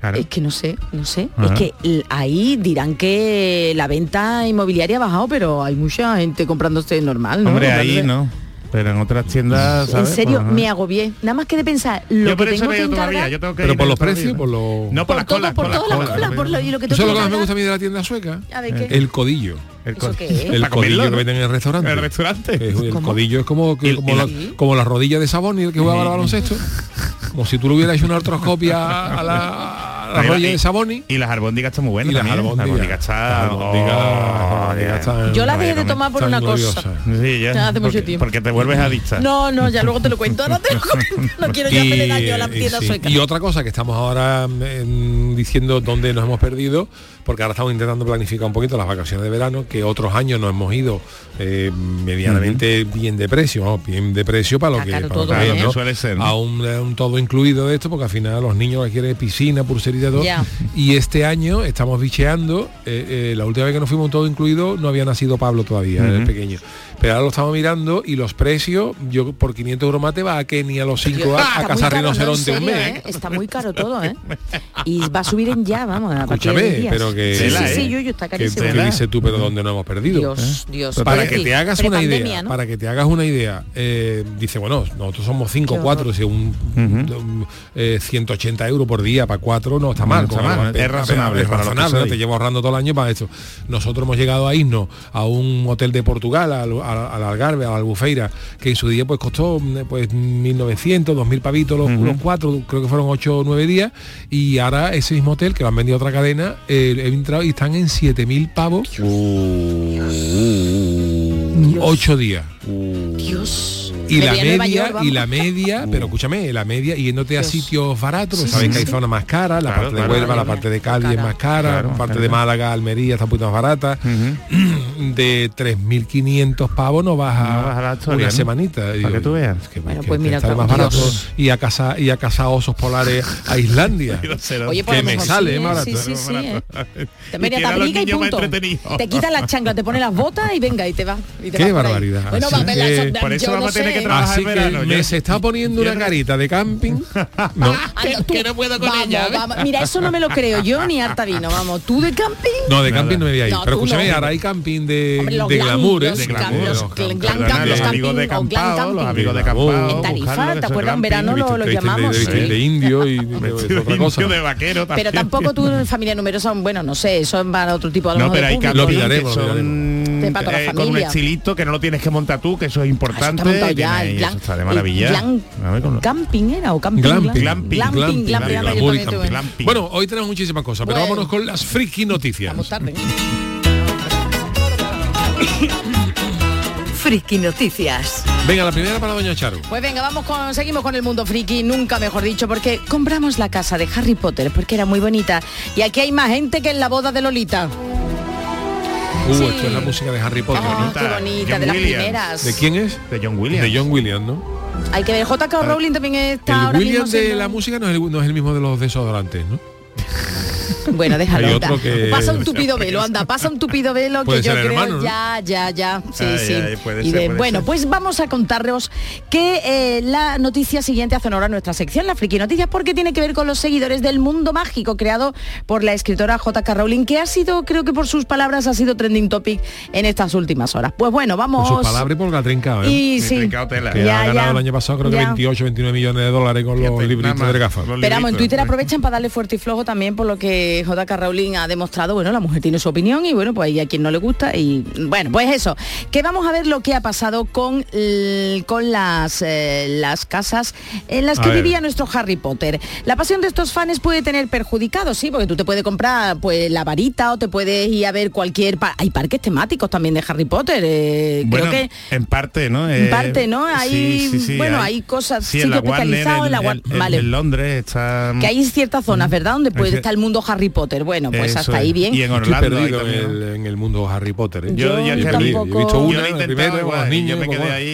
Claro.
Es que no sé, no sé.
Ajá.
Es que l- ahí dirán que la venta inmobiliaria ha bajado, pero hay mucha gente comprándose normal, ¿no?
Hombre, ahí
Comprándose-
no. Pero en otras tiendas.
En
¿sabes?
serio,
Pues, ajá.
me agobié. Nada más que de pensar lo que
yo por eso
tengo
no he
que
ido todavía.
encargar.
Yo tengo que
Pero
ir
por
en
los
otra
precios,
vida.
por los-
No, por, las
todo,
colas.
por
las
todas las colas, por lo, y lo que
¿Tú
tengo
sabes
que
lo que más me
encargar.
gusta a mí de la tienda sueca?
A
Eh,
ver, ¿qué? ¿Eh?
El codillo.
El
¿Eso
co-
qué es?
El codillo
Para comerlo,
que
¿no?
venden en el restaurante.
El restaurante.
Es- el
¿Cómo?
codillo es como, que-
Y-
como,
y
la,
la-
como la rodilla de Saboni, el que jugaba al baloncesto. Como si tú le hubieras hecho una artroscopia a la, a la
Ahí va, Eh,
rodilla
y-
de Saboni.
Y las albóndigas están muy buenas.
Y las
también.
albóndigas.
está-
Las albóndigas-
Oh,
las albóndigas
yeah.
están-
Yo la
Vaya,
dejé de
no me-
tomar por
están
una cosa.
gloriosas.
Sí, ya.
Hace mucho
porque,
tiempo.
porque te vuelves adicta.
No, no, ya luego te lo cuento, ahora te lo cuento. No quiero ya hacerle daño a la
eh,
tienda
sí.
sueca.
Y otra cosa que estamos ahora mm, diciendo dónde nos hemos perdido, porque ahora estamos intentando planificar un poquito las vacaciones de verano, que otros años nos hemos ido eh, medianamente bien de precio, vamos, bien de precio para lo
Está
que,
caro
para lo
todo,
que
¿eh?
es,
Suele ser, ¿no?
A un, a eh, un todo incluido de esto, porque al final los niños que quieren piscina, pulserita, todo.
Ya.
Y este año estamos bicheando, eh, eh, la última vez que nos fuimos un todo incluido no había nacido Pablo todavía, era el pequeño. Pero ahora lo estamos mirando y los precios, yo por 500 euros más te va a Kenia a los 5
Está
a, a
muy caro,
cazar
no, en
rinoceronte un
serio,
mes.
¿eh? Está muy caro todo, ¿eh? Y va a subir en ya, vamos, a partir de
Escúchame,
días.
pero que...
Sí, sí,
Tela,
sí,
¿eh?
Yuyu, está
que,
carísimo.
que
Tela.
dice tú, pero dónde nos hemos perdido. ¿eh?
Dios, Dios.
Para
pero
que
sí,
te hagas una idea,
prepandemia, ¿no?
para que te hagas una idea, eh, dice, bueno, nosotros somos 5
Qué
o 4, si un, un, eh, 180 euros por día para 4 no está mal,
No está
como
mal,
algo
es razonable
es
para lo que
razonable, ¿no?
soy.
te llevo ahorrando todo el año para esto. Nosotros hemos llegado a irnos a un hotel de Portugal, al, al- al Algarve, a la Albufeira, que en su día pues costó mm, pues 1.900, 2.000 pavitos, los, los cuatro, creo que fueron 8 o 9 días, y ahora ese mismo hotel, que lo han vendido a otra cadena, eh, he entrado y están en 7.000 pavos 8 días.
Dios.
Y
Me
la
voy a Nueva
media,
York, vamos.
y la media,
Mm.
pero escúchame, la media, yéndote a sitios baratos,
Sí,
sabes
sí,
que hay
sí.
zonas más caras, la
Claro,
parte
claro.
de Huelva, la
Madre
parte
mía,
de Cali es
cara.
más cara,
Claro,
la parte
claro.
de Málaga, Almería está un poquito más barata, de 3.500 pavos no vas a,
No vas a la historia,
una
¿no?
semanita. Y
Para que tú veas.
es que-
Bueno,
que
pues mira,
está
todo-
más barato
Dios.
y a casa y a casa osos polares a Islandia.
Oye, por
que
lo
me
mejor
sale,
sí, ¿eh?
Mara,
Sí,
tú
sí,
eres
sí,
barata.
¿eh? Te
Y
metes
tiene
a
a
la
los
briga y
niños más
punto.
entretenidos.
Te quitas las chanclas, te pones las botas y venga, y te vas. y te
Qué
vas por ahí.
barbaridad.
Bueno,
Así
va, pero
que-
eso-
Por eso
yo
vamos a
no
tener
sé.
que trabajar.
Así
en
que
verano,
me
yo-
se está poniendo una
yo-
carita de camping. No.
Anda,
Ah, que no puedo con
vamos,
ella, ¿ves?
vamos. Mira, eso no me lo creo yo ni harta vino, vamos. ¿Tú de camping?
No, de camping no me voy a ir.
No,
pero
tú
escúchame,
no.
ahora hay camping de,
Hombre, los
de
glam-
glamour, ¿eh?
los
De
glam-
glamour,
los
¿no,
glam-
claro.
glam-
Perdona,
los
los
amigos de
camping o glam
campado, los
camping.
amigos de
En
campado.
Tarifa,
buscarlo, que
¿te
eso
acuerdas? En
es
verano
glamping.
lo-
Te visten
llamamos, ¿eh?
de, de-
sí.
de indio y
Vestido
de-
de
otra
indio,
cosa.
de
Pero
vaquero también.
tampoco tú en familia numerosa, bueno, no sé, eso es para otro tipo a lo
No,
mejor
pero
de
hay
público.
Lo
camping que
pillaremos, lo
son
De pato a la
eh, con un
familia.
estilito que no lo tienes que montar tú, que eso
Ah,
es
eso
importante.
está montado ya,
Tiene-
el
y eso
glam-
está de
el
maravilla.
glam-
A ver, con lo-
¿Camping era o camping?
Glamping.
Glamping, glamping.
Glamping,
glamping,
glamping,
glamour y
yo también
camping.
tuve.
glamping.
Bueno, hoy tenemos muchísimas cosas, pero
Bueno.
vámonos con las friki noticias.
Estamos tarde.
Friki Noticias.
Venga, la primera para Doña Charo.
Pues venga, vamos con, seguimos con el mundo friki, nunca mejor dicho, porque compramos la casa de Harry Potter porque era muy bonita y aquí hay más gente que en la boda de Lolita.
Uh,
Sí.
esto es la música de Harry Potter,
Ah,
¿no?
qué bonita,
John
de las
Williams.
primeras.
¿De quién es?
De John Williams.
De John Williams, ¿no?
Hay que ver, J.K. Rowling también está
El
ahora
Williams
mismo
de
siendo-
la música no es el, no es el mismo de los desodorantes, ¿no?
Bueno, déjalo.
Hay otro
da.
que-
Pasa un tupido velo, anda, pasa un tupido velo
Puede
que yo
ser el
creo
hermano, ¿no?
ya, ya, ya. Sí,
Ay,
sí.
ay, puede
Y
ser,
de-
puede
bueno,
ser.
pues vamos a contaros que eh, la noticia siguiente hace honor a nuestra sección, la friki noticias, porque tiene que ver con los seguidores del mundo mágico creado por la escritora J.K. Rowling, que ha sido, creo que por sus palabras, ha sido trending topic en estas últimas horas. Pues bueno,
Por
vamos.
sus palabras y por la trincada, ¿eh?
y
Me he
sí.
trincado tela.
Que
Ya,
ha ganado
ya.
el año pasado creo que
Ya.
28, 29 millones de dólares con los
Fíjate,
libritos
nada
de
más,
gafas.
los
Esperamos, en
libritos.
Twitter aprovechan para darle fuerte y flojo también por lo que que J.K. Rowling ha demostrado, bueno, la mujer tiene su opinión y bueno, pues hay a quien no le gusta y bueno, pues eso. Que vamos a ver lo que ha pasado con, l- con las, eh, las casas en las
A
que
ver.
vivía nuestro Harry Potter. La pasión de estos fans puede tener perjudicados, sí, porque tú te puedes comprar pues la varita o te puedes ir a ver cualquier... pa- Hay parques temáticos también de Harry Potter. eh,
Bueno,
creo que
en parte, ¿no?
En
Eh,
parte, ¿no? Hay- bueno, hay cosas,
Sí,
sitio
en la Warner,
especializado,
en,
en la Wa-
en-
vale.
en Londres está...
que hay ciertas zonas, ¿verdad?, donde puede
que-
estar el mundo Harry Potter. Bueno, pues
mm, Eso
hasta ahí
es.
bien.
Y en
Estoy
Orlando hay
perdido en
también, ¿no?
el, en el mundo Harry Potter. ¿eh?
mm, Yo ya
he
que-
perdido. He visto
tampoco-
Yo
una,
lo he
la
intentado
primera,
igual,
los
y
niños,
yo me quedé
igual.
ahí,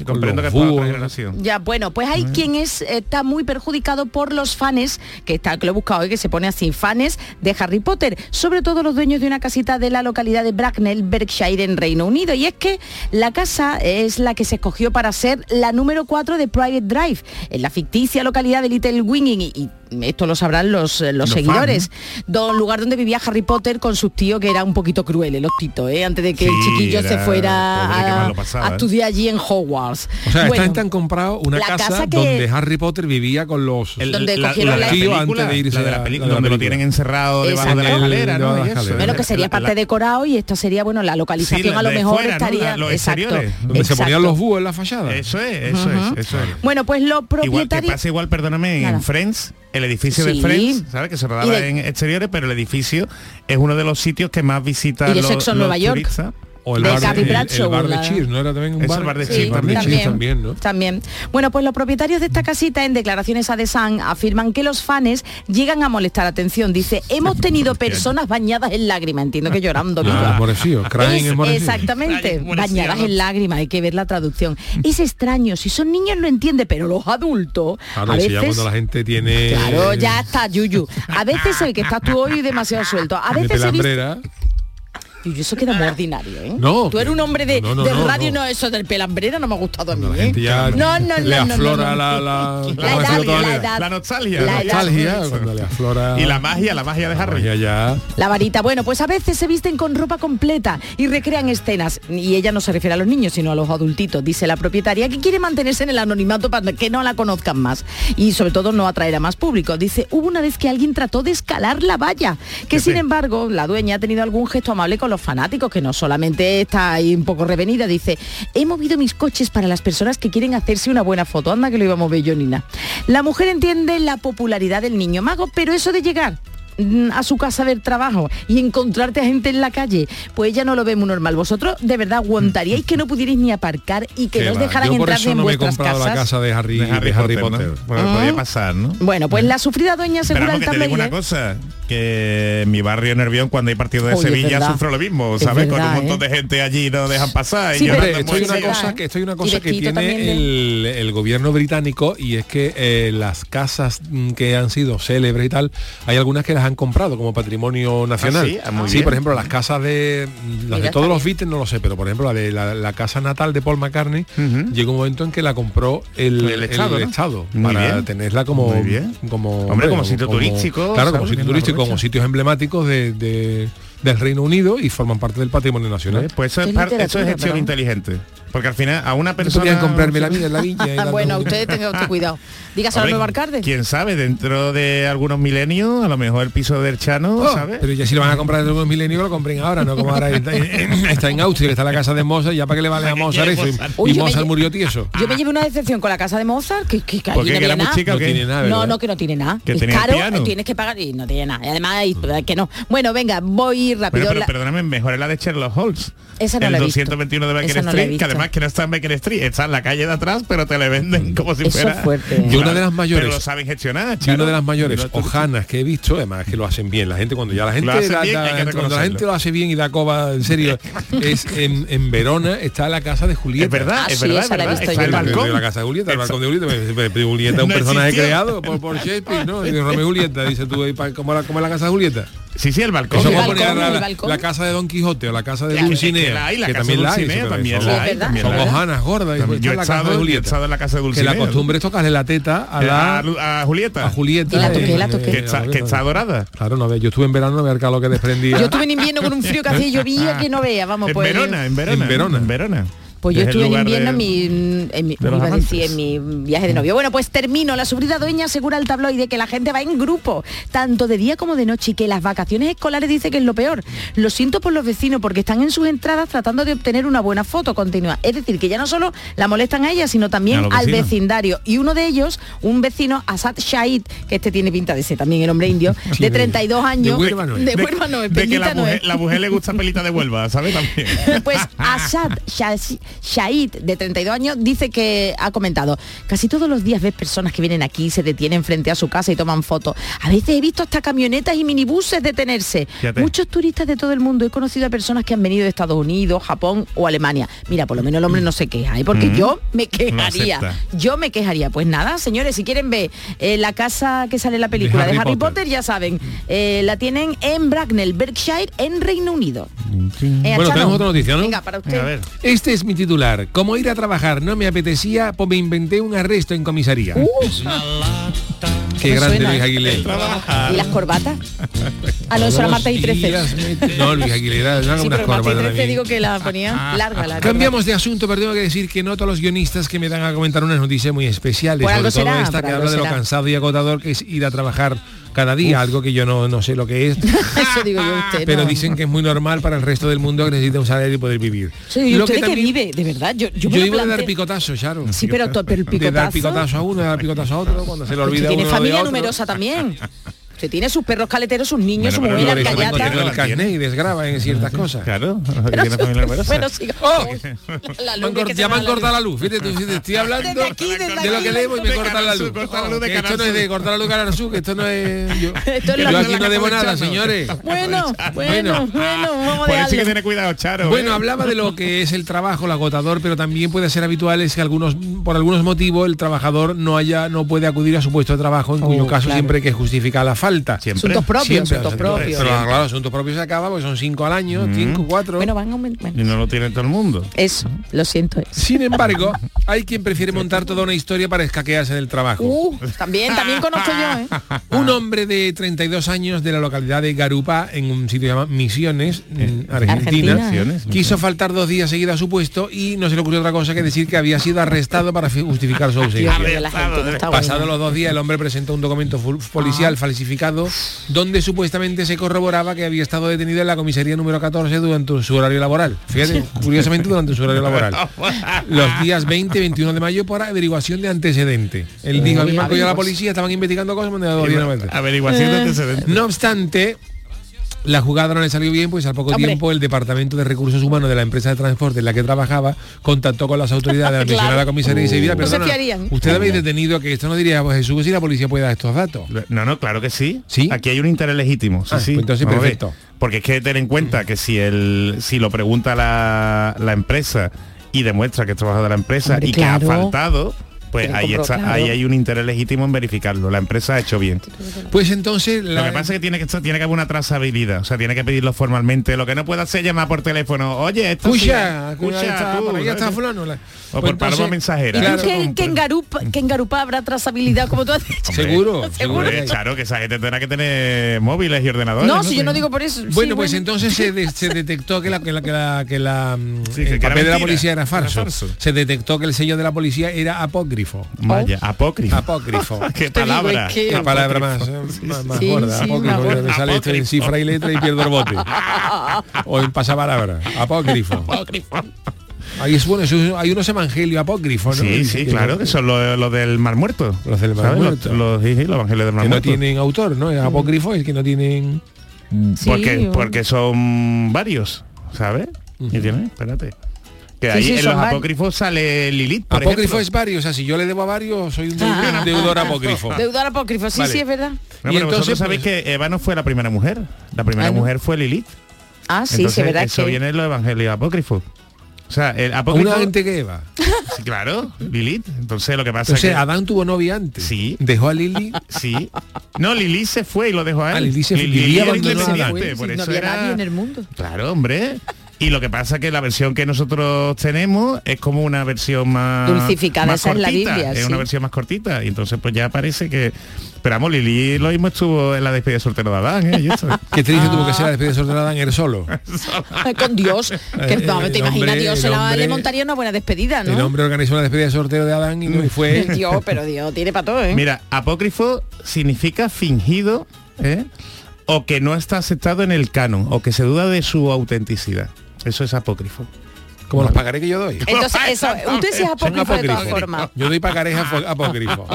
eh, comprendo
los
que fue otra
búhos.
generación.
Ya, bueno, pues hay quien es, está muy perjudicado por los fans, que está, que lo he buscado hoy, que se pone así, fans de Harry Potter, sobre todo los dueños de una casita de la localidad de Bracknell, Berkshire, en Reino Unido. Y es que la casa es la que se escogió para ser la número 4 de Private Drive, en la ficticia localidad de Little Winging. Y, y esto lo sabrán los, eh, los
Los
seguidores. Don lugar donde vivía Harry Potter con sus tíos, que era un poquito crueles, los titos, ¿eh? antes de que el
Sí,
chiquillo se
era- pobre, qué
fuera a,
mal lo pasaba,
a
¿eh?
estudiar allí en Hogwarts.
O sea,
Bueno.
están tan comprado una
la
casa,
casa que-
donde Harry Potter vivía con los
El-
Donde
la-
cogieron la-
la,
Tío,
película,
antes de irse
la de
a-
la película,
la
donde lo
película.
tienen encerrado debajo de la
Exacto.
escalera, ¿no?
Debajo de la
Y eso,
escalera.
Bueno, que sería
la-
parte decorado y esto sería, bueno, la localización
Sí, la
a lo
de
mejor
fuera, ¿no?
estaría.
La- los
exacto,
exteriores,
donde se ponían
exacto.
los búhos en la fachada.
Eso es, eso es, eso es.
Bueno, pues los
Igual que
propietarios.
pasa igual, perdóname,
Nada.
en Friends, el edificio
Sí.
de Friends, ¿sabes? Que se rodaba
Y de-
en exteriores, pero el edificio es uno de los sitios que más visitan
Y de
los,
Sexo en
los
Nueva York.
turistas.
O el
De
bar,
Carrie
el- el
Bradshaw,
bar de
la-
Cheers, ¿no era también un
Eso,
bar?
el bar de
Sí,
Cheers,
bar de
también.
Cheers también, ¿no?
También. Bueno, pues los propietarios de esta casita en declaraciones a The Sun afirman que los fans llegan a molestar. Atención, dice, hemos tenido personas bañadas en lágrimas, entiendo que llorando. que
Ah,
llorando.
Moresío, Crying
Es-
en Moresío.
exactamente,
Crying, Moresío,
bañadas
¿no?
en lágrimas, hay que ver la traducción. Es extraño, si son niños no entiende, pero los adultos
Claro,
a
eso ya
veces-
cuando la gente tiene...
Claro, ya está, Yuyu. A veces el que estás tú hoy demasiado suelto. A
tiene
veces se viste-
telambrera.
Yuyu, eso queda muy ordinario, ¿eh?
No.
Tú eres un hombre de,
No, no,
de
no,
radio,
no.
no. eso del pelambrera no me ha gustado a mí,
Cuando la
¿eh?
gente ya
No, no, no,
le
no, no,
aflora
no.
la, la,
La
la-
edad,
toda
la edad.
La nostalgia.
La
la
edad.
nostalgia, cuando le aflora
Y la magia, la magia de
la
Harry.
magia ya.
La varita. Bueno, pues a veces se visten con ropa completa y recrean escenas. Y ella no se refiere a los niños, sino a los adultitos, dice la propietaria, que quiere mantenerse en el anonimato para que no la conozcan más. Y sobre todo no atraer a más público. Dice, hubo una vez que alguien trató de escalar la valla, que
Sí,
sin
sí.
embargo la dueña ha tenido algún gesto amable con los fanáticos, que no solamente está ahí un poco revenida. Dice, he movido mis coches para las personas que quieren hacerse una buena foto. Anda que lo iba a mover yo, Nina. La mujer entiende la popularidad del niño mago, pero eso de llegar mm, a su casa a ver trabajo y encontrarte a gente en la calle, pues ya no lo ve muy normal. Vosotros de verdad aguantaríais que no pudierais ni aparcar y que
Qué
no os
va.
dejaran
Yo por
entrar
eso
en
no me he
vuestras
comprado
casas.
la casa de Harry, de Harry, Potter.
¿no? Bueno,
Ah.
podía pasar, ¿no?
Bueno,
Eh.
pues la sufrida doña
Pero
asegura
vamos,
el
que te digo
tabloide.
una cosa, que en mi barrio Nervión cuando hay partido de
Oye, es
Sevilla
verdad.
sufro lo mismo,
Es
¿sabes? Con
verdad,
un montón
¿eh?
de gente allí no dejan pasar.
Sí,
y
pero-
llorando
Hombre,
Fernando
esto
Muñoz,
hay
mucho.
una
es verdad,
cosa,
¿eh?
que, esto hay una
Y
cosa que
vestido también
tiene
de-
el, el gobierno británico y es que eh, las casas mm, que han sido célebres y tal, hay algunas que las han comprado como patrimonio nacional.
sí? Ah, muy
Sí,
bien.
por ejemplo, las casas de mm, las
Mira,
de todos
está
los Beatles no lo sé, pero por ejemplo la de la, la casa natal de Paul McCartney llegó un momento en que la compró el,
El Estado, ¿no?
Estado,
Muy
para
bien.
tenerla como
Muy bien.
como
Hombre, como sitio turístico,
claro, como
¿sabes?
sitio
Que no
turístico, como
aprovecha.
sitios emblemáticos de- de- del Reino Unido y forman parte del patrimonio nacional.
Pues eso es,
Qué
par- eso es
literatura,
gestión
¿verdad?
inteligente. Porque al final a una
Yo
persona...
podría comprarme la vida en la viña. y darnos
bueno,
un-
ustedes tengan usted cuidado. Dígaselo a
Hombre,
Nueva Alcalde.
Quién sabe, dentro de algunos milenios, a lo mejor el piso del Chano,
Oh,
¿sabes?
Pero ya si lo van a comprar en los milenios, lo compren ahora, no como ahora está, está en Austria, que está la casa de Mozart, ya para que le vale a Mozart eso. Y,
Uy,
y
yo me
Mozart
lle-
murió tieso.
Ah,
Yo me llevé una decepción con la casa de Mozart, que, que, que ahí
¿Por qué?
no
¿Que
había
era muy
nada.
chica o
No
qué?
tiene nada, ¿verdad?
No, no, que no tiene nada.
Que
es
tenía el
caro,
piano.
tienes que pagar y no tiene nada. Y Además, y- que no. Bueno, venga, voy
Bueno,
rápido.
pero
La-
perdóname, mejor es la de Sherlock Holmes.
Esa no
el
la he visto.
221 de Baker
Esa no la he
Street, que
visto.
además que no está en Baker Street, está en la calle de atrás, pero te le venden como si
Eso es
fuera.
fuerte.
Yo una de las mayores-
Pero lo saben gestionar,
Y una
Chano.
de las mayores
Pero tú-
hojanas que he visto, además que lo hacen bien, la gente cuando ya la gente,
Lo hacen
da-
bien,
da-
hay que
cuando la
reconocerlo.
gente lo hace bien y da coba, en serio, es en, en Verona está la casa de Julieta.
Es verdad,
Ah,
es
sí,
verdad,
esa la he
es verdad,
visto
está
yo
el
El balcón.
balcón.
La casa de Julieta, el
Eso.
balcón de Julieta, pero- pero- pero Julieta es un
No
personaje
existió.
creado por, por Shakespeare, ¿no? Y de Romeo y Julieta, dice tú, ¿y pa- ¿cómo, la, ¿cómo es la casa de Julieta?
Sí, sí, el balcón.
Eso
El
como
balcón,
poner ahora
el
la,
balcón.
la casa de Don Quijote o la casa de
La que-
Dulcinea,
que la hay, la
que
casa
también
de
la hay,
Dulcinea
sí, pero
también
son-
la hay, Sí, es también
Son
la hay.
hojanas gordas. y pues
Yo he
está la casa
estado-
de
yo he
Julieta.
estado en la casa de
Que la
Dulcinea.
costumbre es tocarle la teta a la...
A, Lu- a Julieta.
a Julieta.
Que la toque,
eh,
la toque.
eh,
Que está, que está dorada.
Claro, no, ve, yo estuve en verano, no ver acá lo que desprendía.
Yo estuve en invierno con un frío que hacía y llovía que no vea, vamos
En
pues.
Verona, en Verona.
En Verona.
En Verona.
Pues yo
Es el
estuve en
lugar
invierno en
del-
mi, en mi-
de los
iba a decir,
amantes.
en mi viaje de novio. Bueno, pues termino. La sufrida dueña asegura al tabloide que la gente va en grupo, tanto de día como de noche, y que las vacaciones escolares dice que es lo peor. Lo siento por los vecinos porque están en sus entradas tratando de obtener una buena foto continua. Es decir, que ya no solo la molestan a ella, sino
A
también
los
al
vecinos.
vecindario. Y uno de ellos, un vecino, Asad Shahid, que este tiene pinta de ser también el hombre indio, de 32 años.
De-
Huelva no es.
de Huelva no es,
de que la
Peñita no
mujer,
es.
la mujer le gusta pelita de Huelva, ¿sabes? También.
Pues Asad Shaid, de 32 años, dice que ha comentado, casi todos los días ves personas que vienen aquí, se detienen frente a su casa y toman fotos. A veces he visto hasta camionetas y minibuses detenerse.
Fíjate.
Muchos turistas de todo el mundo, he conocido a personas que han venido de Estados Unidos, Japón o Alemania. Mira, por lo menos el hombre no se queja, ¿eh? porque yo me quejaría.
No acepta.
yo me quejaría. Pues nada, señores, si quieren ver eh, la casa que sale en la película de Harry, Potter. ya saben, eh, la tienen en Bracknell, Berkshire, en Reino Unido. Eh,
Bueno,
Chano,
tenemos otra noticia, ¿no?
Venga, para usted.
A ver.
Este es mi titular. Como ir a trabajar no me apetecía, pues me inventé un arresto en comisaría. Qué
Uh, Me
grande
suena,
Luis
¿eh?
Aguilera.
¿Y las corbatas? Ah, no, eso era Marta y Trece.
Días me- No, Luis Aguilera, no haga
Sí, pero
unas
Marta y
corbatas
Trece
también.
digo que la ponía larga la
ah, Cambiamos de asunto, pero tengo que decir que noto a los guionistas que me dan a comentar unas noticias muy especiales,
Por
sobre
algo
todo
será, por
esta que
algo
habla de lo
será.
cansado y agotador que es ir a trabajar cada día, algo que yo no, no sé lo que es.
corba. Eso digo yo a usted.
Pero
no.
dicen que es muy normal para el resto del mundo que necesita un salario y poder vivir.
Sí,
Lo
usted que,
también-
vive, de verdad. Yo, yo
Yo,
me lo
iba a dar
planteo.
picotazos, Sharon.
Sí, pero to- pero el
De dar
picotazo-
picotazo a uno, de dar picotazo a otro, cuando se le
Usted
olvida
tiene
uno de
familia
otro.
numerosa también. Usted tiene sus perros caleteros, sus niños, su
Bueno, pero
Por
mujer
eso tengo
callata.
que tener
arcayata.
el carnet y desgraba en ciertas cosas.
Claro,
Pero
tiene familia numerosa.
bueno, siga.
¡Oh!
La- la
Me han
lumbre
cort-
que se
ya me
va
han
a la
cortado la luz, fíjate, tú, fíjate, estoy hablando
Desde aquí, desde
de lo
aquí,
que leo y me
de
cortan la
Canal Sur,
luz.
corta la luz de
Que esto
Canal
no es de
Sur.
cortar la luz de Canal Sur, que esto no es... Yo,
Esto es la-
yo
la-
aquí
la-
no
la-
debo nada,
escuchando.
señores.
Bueno,
ah,
bueno, bueno, vamos
Por
a
eso hay que
dejarlo.
tiene cuidado, Charo.
Bueno,
¿eh?
hablaba de lo que es el trabajo, el agotador, pero también puede ser habitual es que algunos, por algunos motivos el trabajador no haya, no puede acudir a su puesto de trabajo, en
Oh,
cuyo caso siempre hay que justificar la falta.
Siempre.
Asuntos propios,
Siempre,
asuntos
asuntos-
propios. Mm.
Pero ah, claro, asuntos propios se acaba, porque son cinco al año, cinco, cuatro.
Bueno, van a aumentar. bueno.
Y no lo tiene todo el mundo.
Eso, lo siento.
Sin embargo, hay quien prefiere montar toda una historia para escaquearse del trabajo.
Uh, también, también conozco yo, ¿eh?
Un hombre de 32 años de la localidad de Garupa, en un sitio llamado Misiones, en Argentina,
Argentina,
¿eh?
quiso faltar dos días seguidos a su puesto y no se le ocurrió otra cosa que decir que había sido arrestado para fi- justificar su
Dios
ausencia.
mío, la gente no está buena.
Pasados los dos días, el hombre presentó un documento fu- policial falsificado donde supuestamente se corroboraba que había estado detenido en la comisaría número 14 durante su horario laboral. Fíjate, curiosamente durante su horario laboral. Los días 20 y 21 de mayo por averiguación de antecedente. Él dijo, a mí me ha cogido la policía, estaban investigando cosas, me han dado dos días nuevamente".
Averiguación de antecedentes.
No obstante, la jugada no le salió bien, pues al poco
Hombre.
tiempo el Departamento de Recursos Humanos de la empresa de transporte en la que trabajaba contactó con las autoridades de la
Claro.
mencionada comisaría y se mira,
No se
perdona,
fiarían".
usted habéis detenido que esto no diría pues, Jesús si la policía puede dar estos datos.
No, no, claro que sí.
Eh. ¿Sí?
Aquí hay un interés legítimo. Sí,
Ah,
sí.
pues entonces
Vamos a ver.
perfecto.
Porque es que ten en cuenta que si el, si lo pregunta la, la empresa y demuestra que es trabajador de la empresa
Hombre,
y que
claro.
ha faltado, pues
Tiene
ahí,
compro-
está,
claro.
ahí hay un interés legítimo en verificarlo. La empresa ha hecho bien.
Pues entonces la,
Lo que pasa es que tiene que tiene que haber una trazabilidad, o sea, tiene que pedirlo formalmente. Lo que no puede hacer es llamar por teléfono. Oye, esto sí,
Escucha,
escucha,
está,
tú,
por aquí
¿no?
está fulano. la-
por
Pues entonces-
paloma mensajera.
¿Y tú
Claro.
qué- que, en Garupa, que en Garupa habrá trazabilidad, como tú has dicho?
Hombre,
Seguro,
Seguro.
hombre, eh, claro que esa gente tendrá que tener móviles y ordenadores.
No, si yo no
Sí.
digo por eso. sí,
Bueno, pues entonces se, de- se detectó que la que la que la, que la, mm,
Sí, que- que
el
era
papel de la
mentira,
policía era
era
falso.
falso.
Se detectó que el sello de la policía era apócrifo.
Vaya, apócrifo.
Apócrifo.
Qué
Oh. Te digo,
palabra.
es que-
Qué palabra más, eh, más, más gorda.
sí,
apócrifo,
una
me sale esto en
Apócrifo.
cifra y letra y pierdo el bote. O en pasapalabra. Apócrifo. Ahí es bueno, eso es- hay unos evangelios apócrifos, ¿no?
Sí, sí, claro, que son los los del Mar Muerto.
Los del Mar
¿sabes?
Muerto.
Los, sí, sí, los evangelios del Mar
Que no
Muerto.
tienen autor, ¿no?
Mm.
Es apócrifo es que no tienen.
porque,
Sí, o-
porque son varios, ¿sabes? ¿Y tienen? Espérate. Que
Sí,
ahí
sí,
en
son
los
varios.
apócrifos sale Lilith, por
Apócrifo
ejemplo.
es varios, o sea, si yo le debo a varios, soy un deu- un deudor apócrifo.
Deudor apócrifo, sí,
Vale.
sí, es verdad.
No,
Y
pero
entonces,
Ah, vosotros sabéis que Eva no fue la primera mujer. La primera
pues, Ah, ¿no?
mujer fue Lilith.
Ah, sí,
Entonces,
sí, es verdad.
Eso
que-
viene en los evangelios apócrifos. O sea, el apócrifo...
Una gente que Eva.
Sí, claro, Lilith. Entonces lo que pasa
Entonces,
es que...
Adán tuvo novia antes.
Sí.
Dejó a Lili.
Sí. No, Lilith se fue y lo dejó a él.
Ah, Lilith se fue. Lilith
era
abandonó a Adán.
independiente,
Pues,
por
si no
eso
había
era-
nadie en el mundo.
Claro, hombre. Y lo que pasa es que la versión que nosotros tenemos es como una versión más...
Dulcificada,
más
esa es la
cortita,
Biblia,
Es
sí.
una versión más cortita. Y entonces pues ya parece que... Pero vamos, Lili lo mismo estuvo en la despedida de soltero de Adán, ¿eh? Y eso.
Que te dije
Ah.
tuvo que ser la despedida de soltero de Adán el solo.
Ay, con Dios, que
Eh,
vamos, te
el
imaginas,
hombre-
Dios se
el
la, le
hombre-
montaría una buena despedida,
El
¿no?
hombre organizó la despedida de soltero de Adán y
Mm.
no y fue.
Dios, pero Dios tiene para todo, ¿eh?
Mira, apócrifo significa fingido, ¿eh? O que no está aceptado en el canon, o que se duda de su autenticidad. Eso es apócrifo.
Como los pagaré que yo doy.
Entonces, eso, usted sí es
Son
apócrifo de todas
apócrifos.
formas.
Yo doy pagarés
Ah,
afo- apócrifos.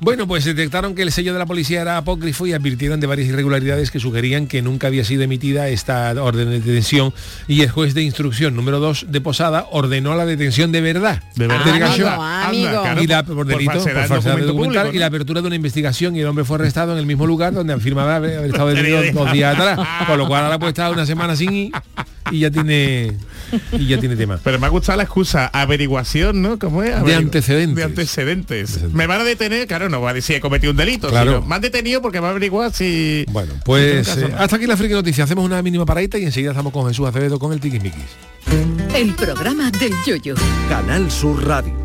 bueno, pues detectaron que el sello de la policía era apócrifo y advirtieron de varias irregularidades que sugerían que nunca había sido emitida esta orden de detención y el juez de instrucción número 2 de Posada ordenó la detención de verdad.
De verdad. Ah,
Del Gaxó.
Ah, amigo, amigo.
y la, por delito, por
falsedad en
falsedad
documento
documental,
público,
y la apertura de una investigación y el hombre fue arrestado en el mismo lugar donde afirmaba haber haber estado detenido dos días atrás con lo cual ahora puede estar una semana sin ir y ya tiene y ya tiene tema
Pero me ha gustado la excusa, averiguación, ¿no? ¿Cómo es? Averigu-
antecedentes.
De antecedentes. Me van a detener, claro, no va a decir he cometido un delito.
Claro.
sino, me han detenido porque va a averiguar si...
Bueno,
si
pues
tengo
eh,
caso o no.
hasta aquí la friki noticia. Hacemos una mínima paradita y enseguida estamos con Jesús Acevedo con el Tiquismiquis.
El programa del yoyo.
Canal Sur Radio.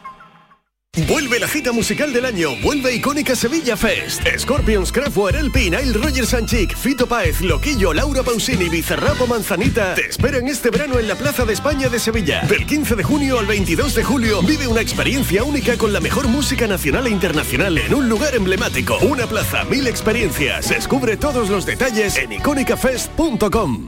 Vuelve la cita musical del año, vuelve icónica Sevilla Fest. Scorpions, Kraftwerk, Elpi, Nile Rogers and Chic, Fito Páez, Loquillo, Laura Pausini, Bizarrapo Manzanita te esperan este verano en la Plaza de España de Sevilla. Del 15 de junio al 22 de julio vive una experiencia única con la mejor música nacional e internacional en un lugar emblemático. Una plaza, mil experiencias. Descubre todos los detalles en icónicafest.com.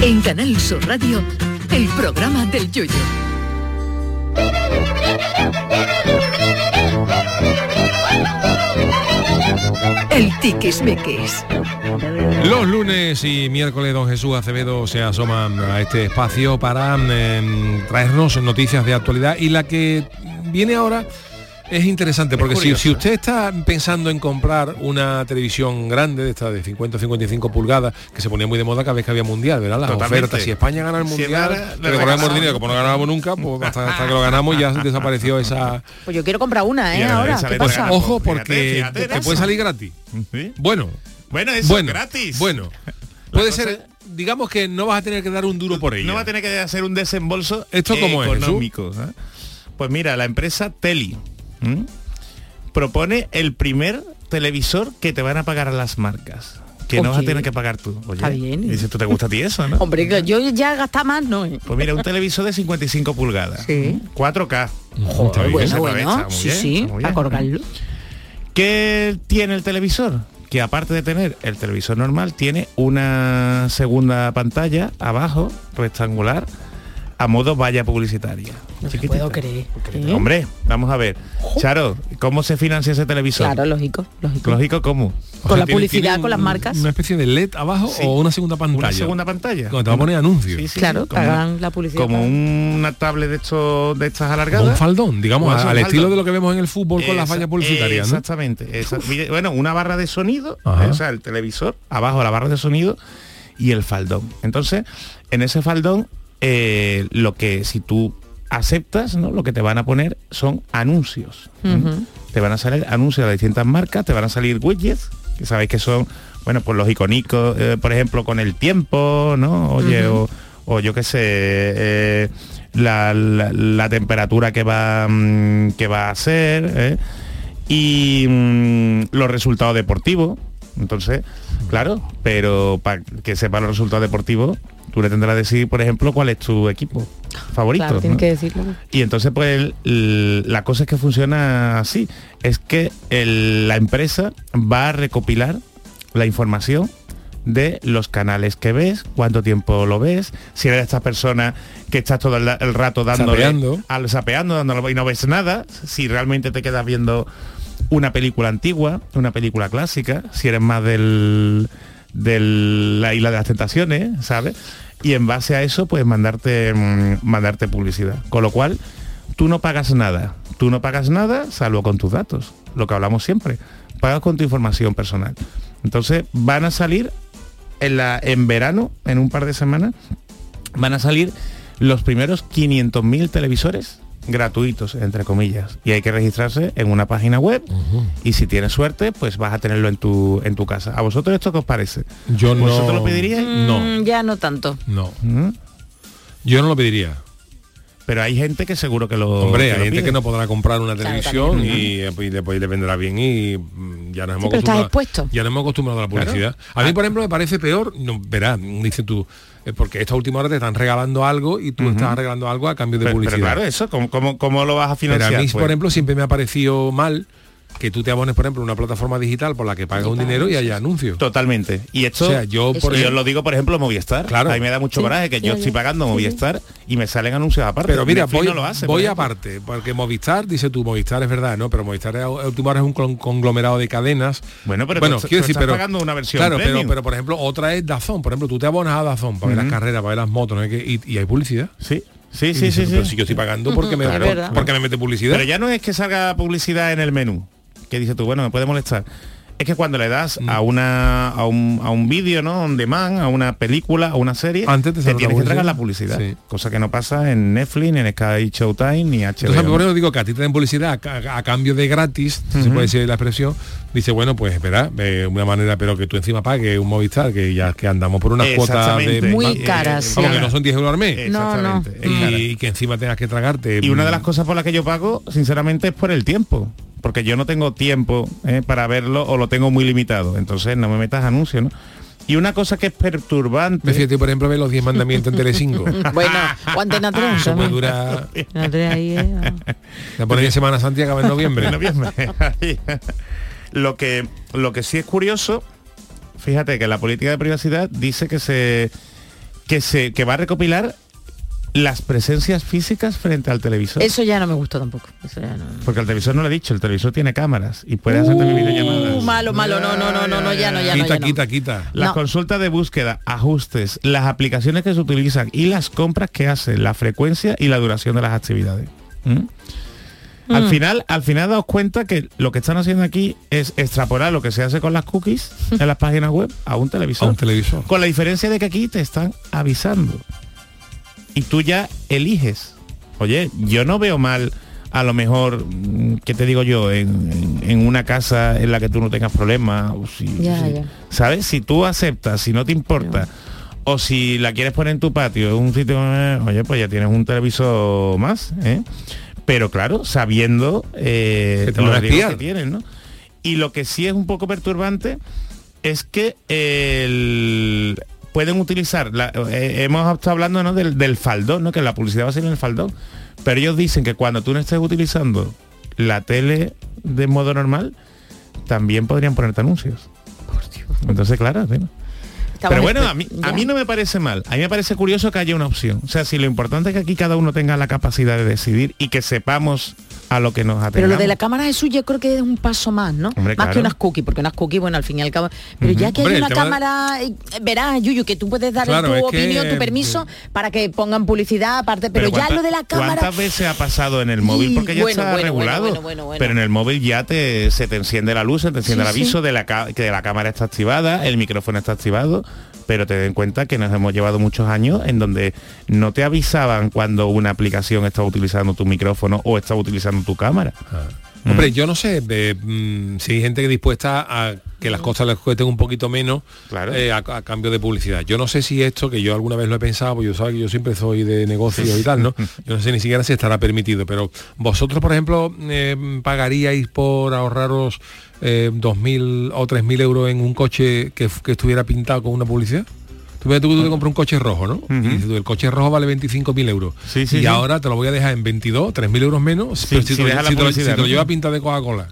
En Canal Sur Radio, el programa del Yoyo. El tiquismiquis.
Los lunes y miércoles don Jesús Acevedo se asoma a este espacio para em, traernos noticias de actualidad y la que viene ahora es interesante porque si,
curiosa.
si usted está pensando en comprar una televisión grande de esta de 50 55 pulgadas que se ponía muy de moda cada vez que había mundial, ¿verdad? Las
Totalmente.
ofertas si España gana el
Si
mundial,
gana,
que le
la
cobramos
regalamos.
dinero, como no ganábamos nunca, pues hasta- hasta que lo ganamos ya desapareció esa
Pues yo quiero comprar una, ¿eh?
Y a la
Ahora,
derecha
¿qué
le
pasa?
tragan.
Ojo
Fíjate,
porque
fíjate,
te
Nelson.
puede salir gratis.
¿Sí?
Bueno,
Bueno, eso
bueno,
es gratis.
Bueno,
La
puede
cosa
ser, digamos que no vas a tener que dar un duro por ello.
No va a tener que hacer un desembolso
¿Esto cómo es, Jesús?
económico. ¿eh? Pues mira, la empresa Teli ¿m? propone el primer televisor que te van a pagar las marcas. que no vas a tener que pagar tú. Oye,
Está bien.
y dices, ¿tú te gusta a ti eso, no?
Hombre, que yo ya gastaba más, no. ¿eh?
Pues mira, un televisor de 55 pulgadas.
Sí.
4K. Está
Joder,
bien,
bueno,
se
bueno.
aprovecha, muy
Sí,
bien,
sí,
está muy
para
bien.
colgarlo.
¿Qué tiene el televisor? Que aparte de tener el televisor normal, tiene una segunda pantalla abajo, rectangular, a modo valla publicitaria.
No puedo creer. ¿Eh?
Hombre, vamos a ver. Charo, ¿cómo se financia ese televisor?
Claro, lógico, lógico.
Lógico, ¿cómo?
Con la publicidad, con las marcas.
Una especie de LED abajo
Sí.
o una segunda pantalla.
segunda pantalla.
Donde te va a poner anuncios.
Sí, sí,
claro,
sí, como-
pagan la publicidad.
como una tablet de estos de estas alargadas
Como un faldón, digamos,
Como
al
es un
estilo
faldón.
de lo que vemos en el fútbol con las
Esa-
vallas publicitarias, ¿no?
exactamente esa- mire, bueno una barra de sonido
Ajá.
o sea el televisor abajo la barra de sonido y el faldón entonces en ese faldón eh, lo que si tú aceptas no lo que te van a poner son anuncios ¿Mm?
Ujú.
te van a salir anuncios de distintas marcas, te van a salir widgets, que sabéis que son, bueno, pues los icónicos, eh, por ejemplo, con el tiempo, ¿no? Oye,
Ujú.
o, o yo qué sé, eh, la, la- la temperatura que va, mm, que va a ser, ¿eh? y mm, los resultados deportivos. Entonces, claro, pero para que sepa los resultados deportivos, tú le tendrás que decir, por ejemplo, cuál es tu equipo favorito.
Claro, tienes
¿no?
que decirlo.
Y entonces, pues, el- l- la cosa es que funciona así. Es que el- la empresa va a recopilar la información de los canales que ves, cuánto tiempo lo ves, si eres de estas personas que estás todo el, el rato dándole
Sapeando.
al sapeando, dándole y no ves nada, si realmente te quedas viendo una película antigua, una película clásica, si eres más del de la isla de las tentaciones, ¿sabes? Y en base a eso, pues mandarte mm, mandarte publicidad. Con lo cual, tú no pagas nada. Tú no pagas nada salvo con tus datos, lo que hablamos siempre. Pagas con tu información personal. Entonces, van a salir en, la, en verano, en un par de semanas, van a salir los primeros 500.000 televisores gratuitos, entre comillas. Y hay que registrarse en una página web y si tienes suerte, pues vas a tenerlo en tu, en tu casa. ¿A vosotros esto qué os parece?
Yo no-
¿Vosotros lo pediríais?
Mm, Ya no tanto.
No. Yo no lo pediría.
¿Mm? Pero hay gente que seguro que lo...
Hombre,
que
hay
lo
gente
pide.
que no podrá comprar una
Claro,
televisión
también.
y, eh, pues, y después le vendrá bien y mm, ya nos hemos
pero estás
acostumbrado-
expuesto.
Ya nos hemos acostumbrado a la publicidad. A
Ah.
mí, por ejemplo, me parece peor, no, verás, dices tú, eh, porque esta última hora te están regalando algo y tú estás regalando algo a cambio de
Pero, pero
publicidad.
claro, eso, ¿cómo, cómo, cómo lo vas a
Pero
financiar?
a mí,
pues?
por em- ejemplo, siempre me ha parecido mal que tú te abones, por ejemplo, a una plataforma digital por la que pagas un dinero y haya anuncios.
Totalmente. Y esto,
O sea, yo, por
y
ejemplo-
os lo digo, por ejemplo, Movistar.
Claro.
A mí me da mucho
Sí,
coraje que
sí,
yo
ya,
estoy
ya.
pagando
Sí, sí.
Movistar y me salen anuncios aparte.
Pero mira,
Netflix
voy,
no lo hace,
voy
por ejemplo.
aparte, porque Movistar, dice tú, Movistar es verdad, ¿no? Pero Movistar es, el último ahora es un con- conglomerado de cadenas.
Bueno, pero tú- tú estás pagando una versión
Claro, pero,
premium.
pero por ejemplo, otra es Dazón. Por ejemplo, tú te abonas a Dazón para ver
Ujú.
las carreras, para ver las motos, ¿no? y, y hay publicidad.
Sí. Sí,
Y
sí,
dices
sí,
tú,
sí.
Pero si yo estoy pagando porque me,
Claro.
por-
Es verdad.
porque me mete publicidad.
Pero ya no es que salga publicidad en el menú, que dices tú, bueno, me puede molestar. Es que cuando le das
Mm.
a una a un, a un vídeo, ¿no? On demand, a una película, a una serie,
Antes te
te
sale la
tienes que tragar la
publicidad.
publicidad. Cosa que no pasa en Netflix, ni en Sky Showtime, ni HBO.
Entonces,
¿no?
por ejemplo, digo que a ti te den publicidad a, a- a cambio de gratis, si se
Ujú.
puede decir la expresión, dice, bueno, pues espera, eh, una manera, pero que tú encima pagues un Movistar, que ya que andamos por unas cuotas de...
Exactamente. Eh, Muy
vamos,
caras,
Vamos,
sí. Eh,
que no son 10 euros al mes.
No, no. Exactamente, es cara.
Y, que encima tengas que tragarte.
Y una de las cosas por las que yo pago, sinceramente, es por el tiempo. Porque yo no tengo tiempo ¿eh? para verlo o lo tengo muy limitado. Entonces no me metas anuncios, ¿no? Y una cosa que es perturbante.
Me fíjate, por ejemplo, ver los 10 mandamientos en Telecinco.
Bueno,
Ah.
o Antena 3
Eso
también.
puede durar...
Antena 3 ahí, eh.
La ponen en Semana Santa y acaba en noviembre.
En noviembre. lo, que, lo que sí es curioso, fíjate que la política de privacidad dice que se que se que va a recopilar las presencias físicas frente al televisor.
Eso ya no me gustó tampoco. Eso ya no.
Porque el televisor no lo he dicho, el televisor tiene cámaras y puede hacerte videollamadas.
Uh, malo, malo, no, no, no, no, no, ya no, ya no. Ya no.
quita.
Las
No.
consultas de búsqueda, ajustes, las aplicaciones que se utilizan y las compras que hacen, la frecuencia y la duración de las actividades. ¿Mm? Al
Mm.
final, al final daos cuenta que lo que están haciendo aquí es extrapolar lo que se hace con las cookies en las páginas web a un televisor.
A un televisor.
Con la diferencia de que aquí te están avisando. Y tú ya eliges. Oye, yo no veo mal, a lo mejor, mm, ¿qué te digo yo? En, en- en una casa en la que tú no tengas problemas. o si-
Ya,
si-
ya.
¿Sabes? Si tú aceptas, si no te importa, o si la quieres poner en tu patio, en un sitio, eh, oye, pues ya tienes un televisor más, ¿eh? Pero claro, sabiendo eh,
Que te van a
los riesgos
espiar.
que tienes, ¿no? Y lo que sí es un poco perturbante es que el pueden utilizar, la- eh, hemos estado hablando ¿no? del, del faldón, ¿no? que la publicidad va a ser en el faldón, pero ellos dicen que cuando tú no estés utilizando la tele de modo normal, también podrían ponerte anuncios. Entonces, claro, sí, ¿no? pero bueno, a mí,
este,
a mí no me parece mal. A mí me parece curioso que haya una opción. O sea, si lo importante es que aquí cada uno tenga la capacidad de decidir y que sepamos a lo que nos atendemos.
Pero lo de la cámara de suyo yo creo que es un paso más, ¿no? más
Hombre, claro.
que unas cookies, porque unas cookies, bueno, al fin y al cabo. Pero ya que
Hombre,
hay
el
una
tema-
cámara, eh, verás, Yuyu, que tú puedes dar
Claro,
tu
es que- Mm.
opinión, tu permiso, para que pongan publicidad aparte. Pero, ya
cuánta-
lo de la cámara.
¿Cuántas veces ha pasado en el móvil?
Y
Porque ya
bueno,
está
bueno,
regulado.
bueno, bueno, bueno,
Pero en el móvil ya te, se te enciende la luz, se te enciende
Sí,
el aviso de la ca- que la cámara está activada, el micrófono está activado. Pero te den cuenta que nos hemos llevado muchos años en donde no te avisaban cuando una aplicación estaba utilizando tu micrófono o estaba utilizando tu cámara. Mm.
Hombre, yo no sé de, mm, si hay gente que dispuesta a que las cosas les cuesten un poquito menos eh, a, a cambio de publicidad. Yo no sé si esto, que yo alguna vez lo he pensado, porque yo sabes que yo siempre soy de negocios y tal, ¿no? Yo no sé ni siquiera si estará permitido, pero vosotros, por ejemplo, eh, pagaríais por ahorraros eh, 2.000 o 3.000 euros en un coche que, f- que estuviera pintado con una publicidad. Tú, ves, tú, tú te compras un coche rojo, ¿no? Y dices tú, el coche rojo vale 25.000 euros.
sí,
y
sí.
ahora te lo voy a dejar en 22, 3.000 euros menos. pero
si
te lo-
deja la
te lo- si
publicidad,
te lo
¿no?
lleva pinta de Coca-Cola.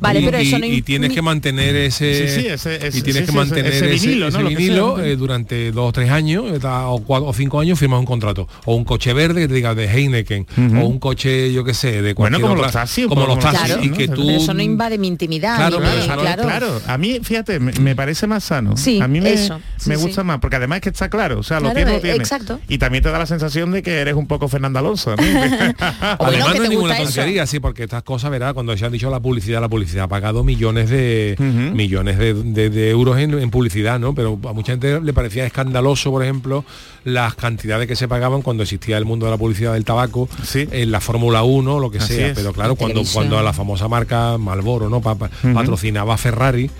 Vale,
y,
pero eso
y-
no
y
im-
tienes que mantener ese,
Sí, sí, ese- ese-
y tienes
sí,
que
sí,
mantener
ese- ese
ese
vinilo,
ese
¿no? Lo que
vinilo,
sea.
eh, durante dos o tres años eh, da- o, cuatro, o cinco años firmas un contrato o un coche verde que te diga de Heineken o un coche yo qué sé de cualquier
como
otra-
los taxis,
como
como
los
los
taxis
taxis,
y
¿no?
que tú
Pero eso no invade mi intimidad.
Claro,
ni
claro,
mi-
claro, claro. A mí, fíjate, me, me parece más sano.
Sí,
a mí me,
eso, sí,
me
sí.
gusta más, porque además es que está claro, o sea, lo
Claro,
tienes, lo
eh,
tienes.
exacto.
Y también te da la sensación de que eres un poco Fernando Alonso. ¿no?
Además no es ninguna tontería, sí, porque estas cosas, verá, cuando se han dicho la publicidad, la publicidad ha pagado millones de millones de, de- de euros en, en publicidad, ¿no? Pero a mucha gente le parecía escandaloso, por ejemplo, las cantidades que se pagaban cuando existía el mundo de la publicidad del tabaco, en la Fórmula 1 o lo que
Así
sea.
es.
Pero claro,
La
cuando,
televisión.
cuando la famosa marca Malboro, ¿no? Pa- pa- Patrocinaba a Ferrari,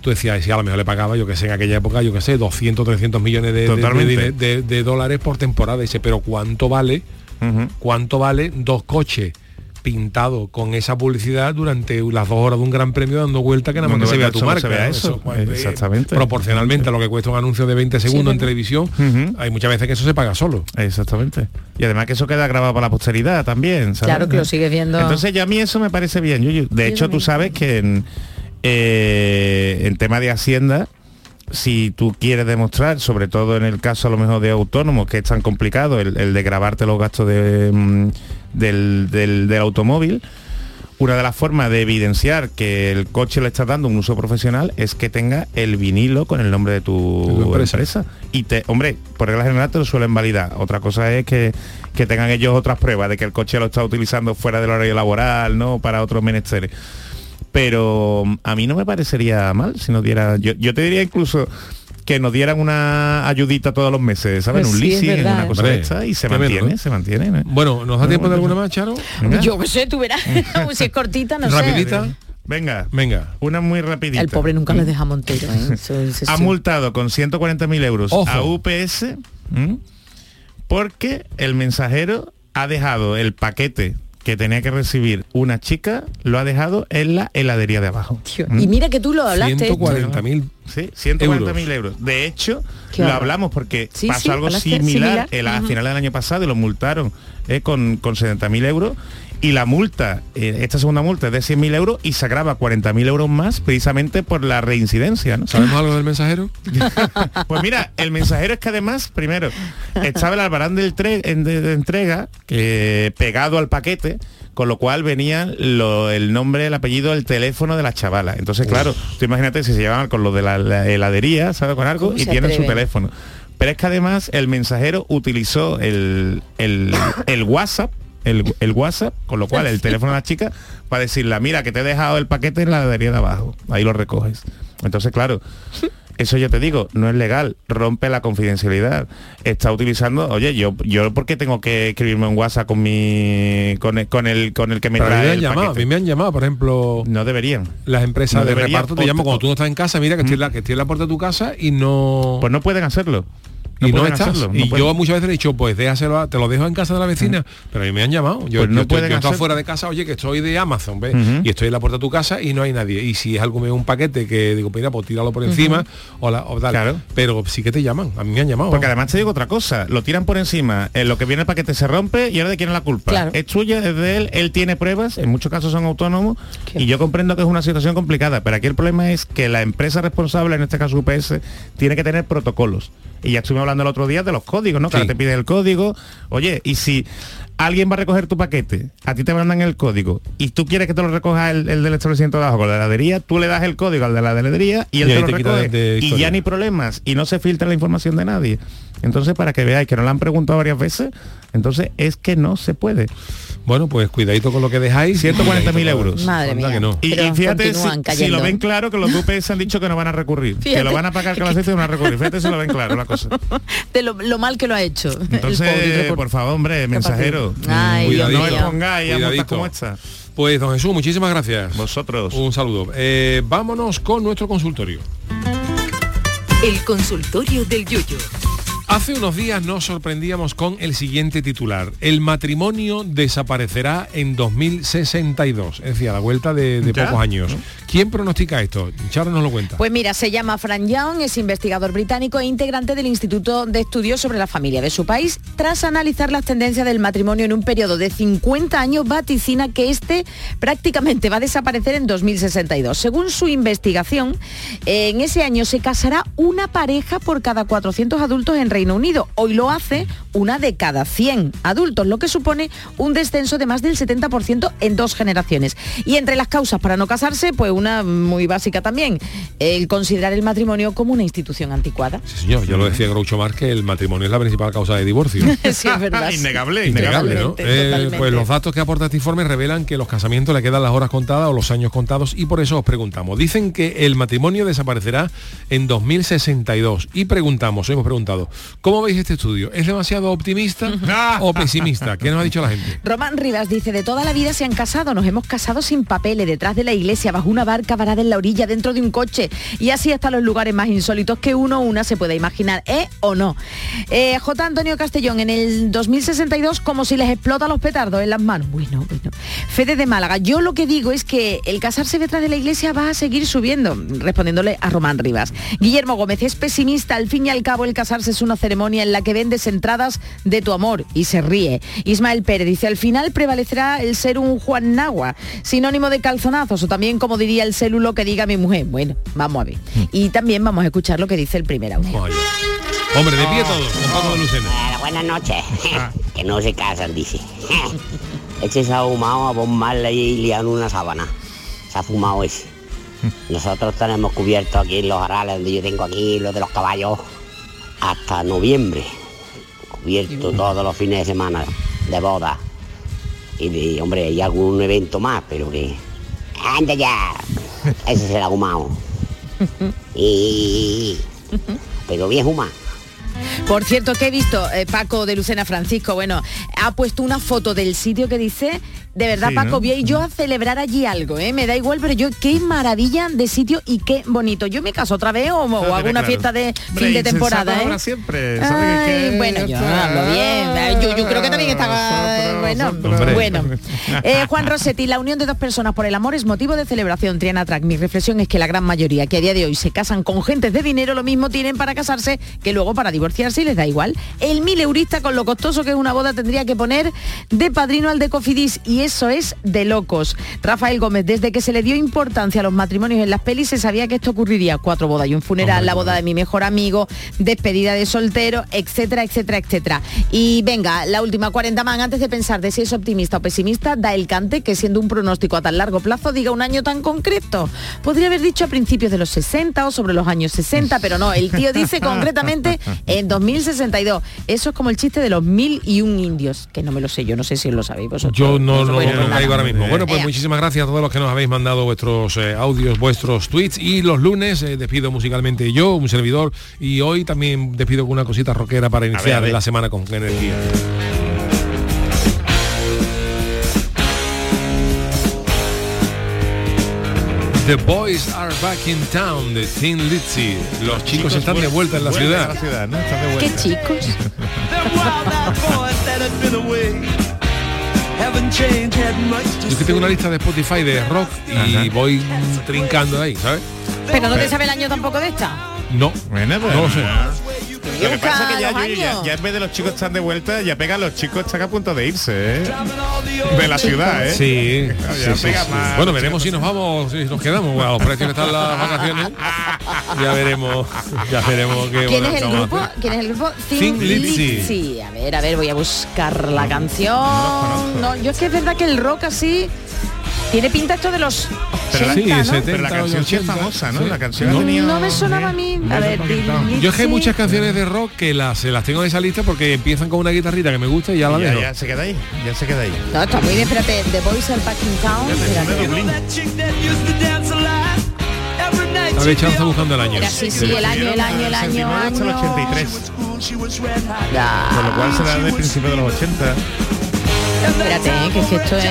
tú decías, sí, a lo mejor le pagaba, yo que sé, en aquella época, yo que sé, 200, 300 millones de, de- de-
Totalmente.
de- de dólares por temporada. Dice, pero ¿cuánto vale? cuánto vale dos coches pintados con esa publicidad durante las dos horas de un gran premio dando vuelta que nada más
Dando
que se vea
vuelta,
tu
solo
marca
se vea
¿no?
eso,
pues, eh,
exactamente.
proporcionalmente a lo que cuesta un anuncio de 20 segundos en televisión hay muchas veces que eso se paga solo
Exactamente. Y además que eso queda grabado para la posteridad también. ¿sabes?
Claro que
Ah.
lo sigues viendo.
Entonces ya a mí eso me parece bien. Yuyu. De
Yo
hecho, tú sabes que en, eh, en tema de Hacienda, si tú quieres demostrar, sobre todo en el caso a lo mejor de autónomos, que es tan complicado el, el de grabarte los gastos de, mm, del, del- del automóvil, una de las formas de evidenciar que el coche le estás dando un uso profesional es que tenga el vinilo con el nombre de tu, empresa. Y te, hombre, por regla general te lo suelen validar. Otra cosa es que, que tengan ellos otras pruebas de que el coche lo está utilizando fuera del horario laboral, ¿no? Para otros menesteres. Pero mm, a mí no me parecería mal si nos diera. Yo, yo te diría incluso que nos dieran una ayudita todos los meses, ¿sabes?
Pues
un
sí, es
leasing,
verdad,
una
¿eh?
cosa
Hombre,
de esta y se
qué menos,
mantiene,
¿no?
se mantiene. ¿no?
bueno nos da
Bueno,
tiempo de
bueno,
alguna más charo
Venga.
Yo qué sé, tú verás. si es cortita, no sé.
Venga.
Venga.
Una muy rapidita. Mm.
El pobre nunca le deja Montero. ¿eh? Eso- eso-
ha
eso-
multado con 140.000 euros
Ojo.
a UPS ¿m? porque el mensajero ha dejado el paquete que tenía que recibir una chica, lo ha dejado en la heladería de abajo. ¿M?
Y mira que tú lo hablaste.
140.000
Sí, 140.000 euros. De hecho,
Qué
lo
horror.
hablamos porque
Sí,
pasó
sí,
algo
hablaste,
similar,
similar.
el- a
Ujú.
finales del año pasado y lo multaron eh, con, con 70.000 euros. Y la multa, eh, esta segunda multa es de 100.000 euros y se agrava 40.000 euros más precisamente por la reincidencia. ¿no?
¿Sabemos algo del mensajero?
Pues mira, el mensajero es que además, primero, estaba el albarán del tre- en- de, de entrega que pegado al paquete, con lo cual venía lo- el nombre, el apellido, el teléfono de la chavala. Entonces, claro, tú imagínate si se llevaban con lo de la, la heladería, ¿sabes? Con algo,
¿Cómo
y
se
tienen su
atreven?
teléfono. Pero es que además el mensajero utilizó el, el- el WhatsApp. El, el WhatsApp, con lo cual el teléfono de la chica para decirle, mira, que te he dejado el paquete en la heladería de abajo, ahí lo recoges. Entonces, claro, eso yo te digo, no es legal, rompe la confidencialidad. Está utilizando, oye, yo yo porque tengo que escribirme un WhatsApp con mi con el con el, con el que me
Pero a mí
trae
me han
el
llamado, a
paquete?
mí me han llamado, por ejemplo.
No deberían.
Las empresas
No
de
deberían,
reparto te
o-
llaman cuando tú no estás en casa, mira que estoy en la, que estoy en la puerta de tu casa y no.
Pues no pueden hacerlo.
y no
pueden
estás.
hacerlo, no
y yo
pueden.
muchas veces he dicho, pues déjaselo, a- te lo dejo en casa de la vecina, pero a mí me han llamado. Yo,
Pues no
yo estoy-
pueden
yo estoy
hacer-
fuera de casa, oye, que estoy de Amazon, ¿ves?
Ujú.
Y estoy en la puerta de tu casa y no hay nadie. Y si es algo me un paquete que digo, mira, pues tíralo por encima, o, la, o dale. Pero sí que te llaman, a mí me han llamado.
Porque además te digo otra cosa, lo tiran por encima, en lo que viene el paquete se rompe y ahora de quién es la culpa.
Claro.
Es tuya, es de él, él tiene pruebas, en muchos casos son autónomos y yo comprendo que es una situación complicada, pero aquí el problema es que la empresa responsable, en este caso UPS, tiene que tener protocolos. Y ya estuvimos hablando el otro día de los códigos, ¿no? Que ahora te piden el código, oye, y si alguien va a recoger tu paquete, a ti te mandan el código y tú quieres que te lo recoja el, el del establecimiento de abajo con la heladería, tú le das el código al de la heladería y él
Y ahí
te lo
te quita
recoge
de- de
y
historia.
ya ni problemas y no se filtra la información de nadie. Entonces, para que veáis que nos la han preguntado varias veces, entonces es que no se puede.
Bueno, pues cuidadito con lo que dejáis.
140.000 euros.
Madre
Anda
mía.
que no.
Y, y
Pero
fíjate si,
continúan
si
cayendo.
lo ven claro que los UPS han dicho que no van a recurrir,
Fíjate.
que lo van a pagar con las y no van a recurrir. Fíjate si lo ven claro la cosa.
De lo, lo mal que lo ha hecho. el pobre,
Entonces,
repor-
por favor, hombre, mensajero,
Ay, Dios
no
mío.
expongáis a montas
Cuidadito.
como esta.
Pues don Jesús, muchísimas gracias.
Vosotros.
Un saludo. Eh, vámonos con nuestro consultorio.
El consultorio del Yuyo.
Hace unos días nos sorprendíamos con el siguiente titular. El matrimonio desaparecerá en 2062, es decir, a la vuelta de, de
Ya.
pocos años. ¿Quién pronostica esto? Charo nos lo cuenta.
Pues mira, se llama Fran Young, es investigador británico e integrante del Instituto de Estudios sobre la Familia de su país. Tras analizar las tendencias del matrimonio en un periodo de 50 años, vaticina que este prácticamente va a desaparecer en 2062. Según su investigación, en ese año se casará una pareja por cada 400 adultos en Reino Unido. Hoy lo hace una de cada 100 adultos, lo que supone un descenso de más del 70% en dos generaciones. Y entre las causas para no casarse, pues una muy básica también, el considerar el matrimonio como una institución anticuada.
Señor, ya lo decía Groucho Marx que el matrimonio es la principal causa de divorcio.
Sí, es verdad.
Innegable,
Innegable, ¿no?
Totalmente,
Eh,
totalmente.
pues los datos que aporta este informe revelan que los casamientos le quedan las horas contadas o los años contados y por eso os preguntamos. Dicen que el matrimonio desaparecerá en 2062 y preguntamos, hemos preguntado, ¿cómo veis este estudio? ¿Es demasiado optimista o pesimista? ¿Qué nos ha dicho la gente?
Román Rivas dice, de toda la vida se han casado, nos hemos casado sin papeles, detrás de la iglesia, bajo una barca varada en la orilla, dentro de un coche, y así hasta los lugares más insólitos que uno o una se pueda imaginar, ¿eh o no? Eh, J. Antonio Castellón, en el 2062, como si les explota los petardos en las manos. Bueno, bueno. Fede de Málaga, yo lo que digo es que el casarse detrás de la iglesia va a seguir subiendo, respondiéndole a Román Rivas. Guillermo Gómez es pesimista, al fin y al cabo el casarse es una ceremonia en la que vendes entradas de tu amor y se ríe. Ismael Pérez dice, al final prevalecerá el ser un Juan Nagua, sinónimo de calzonazos o también como diría el célulo que diga mi mujer. Bueno, vamos a ver. Y también vamos a escuchar lo que dice el primer audio.
Vaya. Hombre, de pie todos, con Paco de Lucena.
buenas noches. que no se casan, dice. Este se ha ahumado a Bob Marley y liando una sábana. Se ha fumado ese. Nosotros tenemos cubierto aquí en los arales, donde yo tengo aquí los de los caballos, hasta noviembre. Cubierto todos los fines de semana de boda. Y de, hombre, hay algún evento más, pero que... ¡Anda ya! Ese se la ha ahumado. Y... Pero bien huma.
Por cierto, que he visto, eh, Paco de Lucena Francisco, bueno, ha puesto una foto del sitio que dice, de verdad,
Sí,
Paco,
¿no? Mm.
voy a ir yo a celebrar allí algo, ¿eh? Me da igual, pero yo, qué maravilla de sitio y qué bonito. Yo me caso otra vez o, o hago una fiesta de fin de temporada, ¿eh?
siempre.
Ay, bueno, yo hablo bien. Ay, Yo, yo creo que también estaba...
eh,
bueno,
Hombre.
bueno. Eh, Juan Rossetti, la unión de dos personas por el amor es motivo de celebración. Triana Track, mi reflexión es que la gran mayoría que a día de hoy se casan con gentes de dinero, lo mismo tienen para casarse que luego para divorciarse y les da igual. El mil eurista con lo costoso que es una boda tendría que poner de padrino al de Cofidis y eso es de locos. Rafael Gómez, desde que se le dio importancia a los matrimonios en las pelis se sabía que esto ocurriría. Cuatro bodas y un funeral, la boda de mi mejor amigo, despedida de soltero, etcétera, etcétera, etcétera. Y venga, la última 40 man, antes de pensar de si es optimista o pesimista, da el cante que siendo un pronóstico a tan largo plazo diga un año tan concreto. Podría haber dicho a principios de los 60 o sobre los años 60, pero no, el tío dice concretamente en 2062. Eso es como el chiste de los mil y un indios, que no me lo sé, yo no sé si lo sabéis vosotros.
Yo no lo
Bueno, pues
caigo
nada.
ahora mismo. Bueno, pues
Ea.
muchísimas gracias a todos los que nos habéis mandado vuestros eh, audios, vuestros tweets. Y los lunes eh, despido musicalmente yo, un servidor. Y hoy también despido con una cosita rockera para iniciar
ver.
la semana con energía. The Boys Are Back in Town de Thin Lizzy. Los chicos están de vuelta en la
vuelven
ciudad.
a la
ciudad
¿Qué chicos?
Yo que tengo una lista de Spotify de rock y voy trincando ahí, ¿sabes?
Pero no te sabe el año tampoco de esta.
No, no lo sé.
Lo que pasa es que ya,
los
Yuyu, ya,
años.
ya en vez de los chicos están de vuelta, ya pega los chicos están a punto de irse, ¿eh? De la ciudad, ¿eh?
Sí,
Ya
sí, sí,
pega
sí.
más.
Bueno, veremos si nos vamos, si nos quedamos. Bueno, a los precios que están las vacaciones. Ya veremos, ya veremos qué
¿Quién
bueno,
es el
estamos
grupo?
haciendo.
¿Quién es el grupo?
Thin Lizzy.
Lizzy. A ver, a ver, voy a buscar la canción. No, yo es que es verdad que el rock así tiene pinta esto de los
Pero la,
80, ¿no?
pero la canción sí es famosa, ¿no? La canción
No.
ha tenido-
No me sonaba a mí. A ver, Thin
Yo es que hay
Lizzy.
muchas canciones de rock que las, las tengo en esa lista porque empiezan con una guitarrita que me gusta y ya la
Ya,
dejo.
ya se queda ahí, ya se queda ahí.
No, está muy bien, espérate, The Boys Are Back in Town. espérate.
A ver, Chanza buscando el año.
Era sí, sí, el año, el año, el año,
69 hasta el
año.
83. Con lo cual será del principio de los 80.
Espérate, eh, que es que esto es...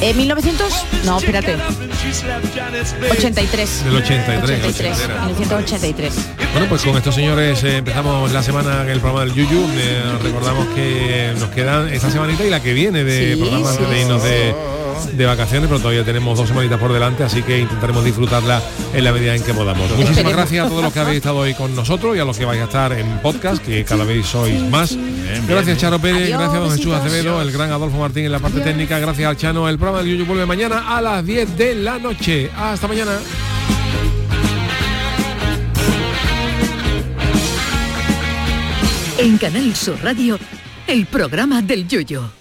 Eh, 1900? No, espérate. 83.
Del 83,
83.
83.
1983.
Bueno, pues con estos señores eh, empezamos la semana en el programa del Yuyu. Eh, recordamos que nos quedan esta semanita y la que viene de
Sí,
programas
sí,
de irnos de, de vacaciones, pero todavía tenemos dos semanitas por delante, así que intentaremos disfrutarla en la medida en que podamos. Muchísimas
Esperemos.
gracias a todos los que habéis estado hoy con nosotros y a los que vais a estar en podcast, que cada vez sois más. Gracias Charo Pérez,
Adiós,
gracias a don Jesús
besitos.
Acevedo, el gran Adolfo Martín en la parte técnica, gracias al Chano. El programa del Yuyu vuelve mañana a las 10 de la noche. Hasta mañana.
En Canal Sur Radio, el programa del Yoyo.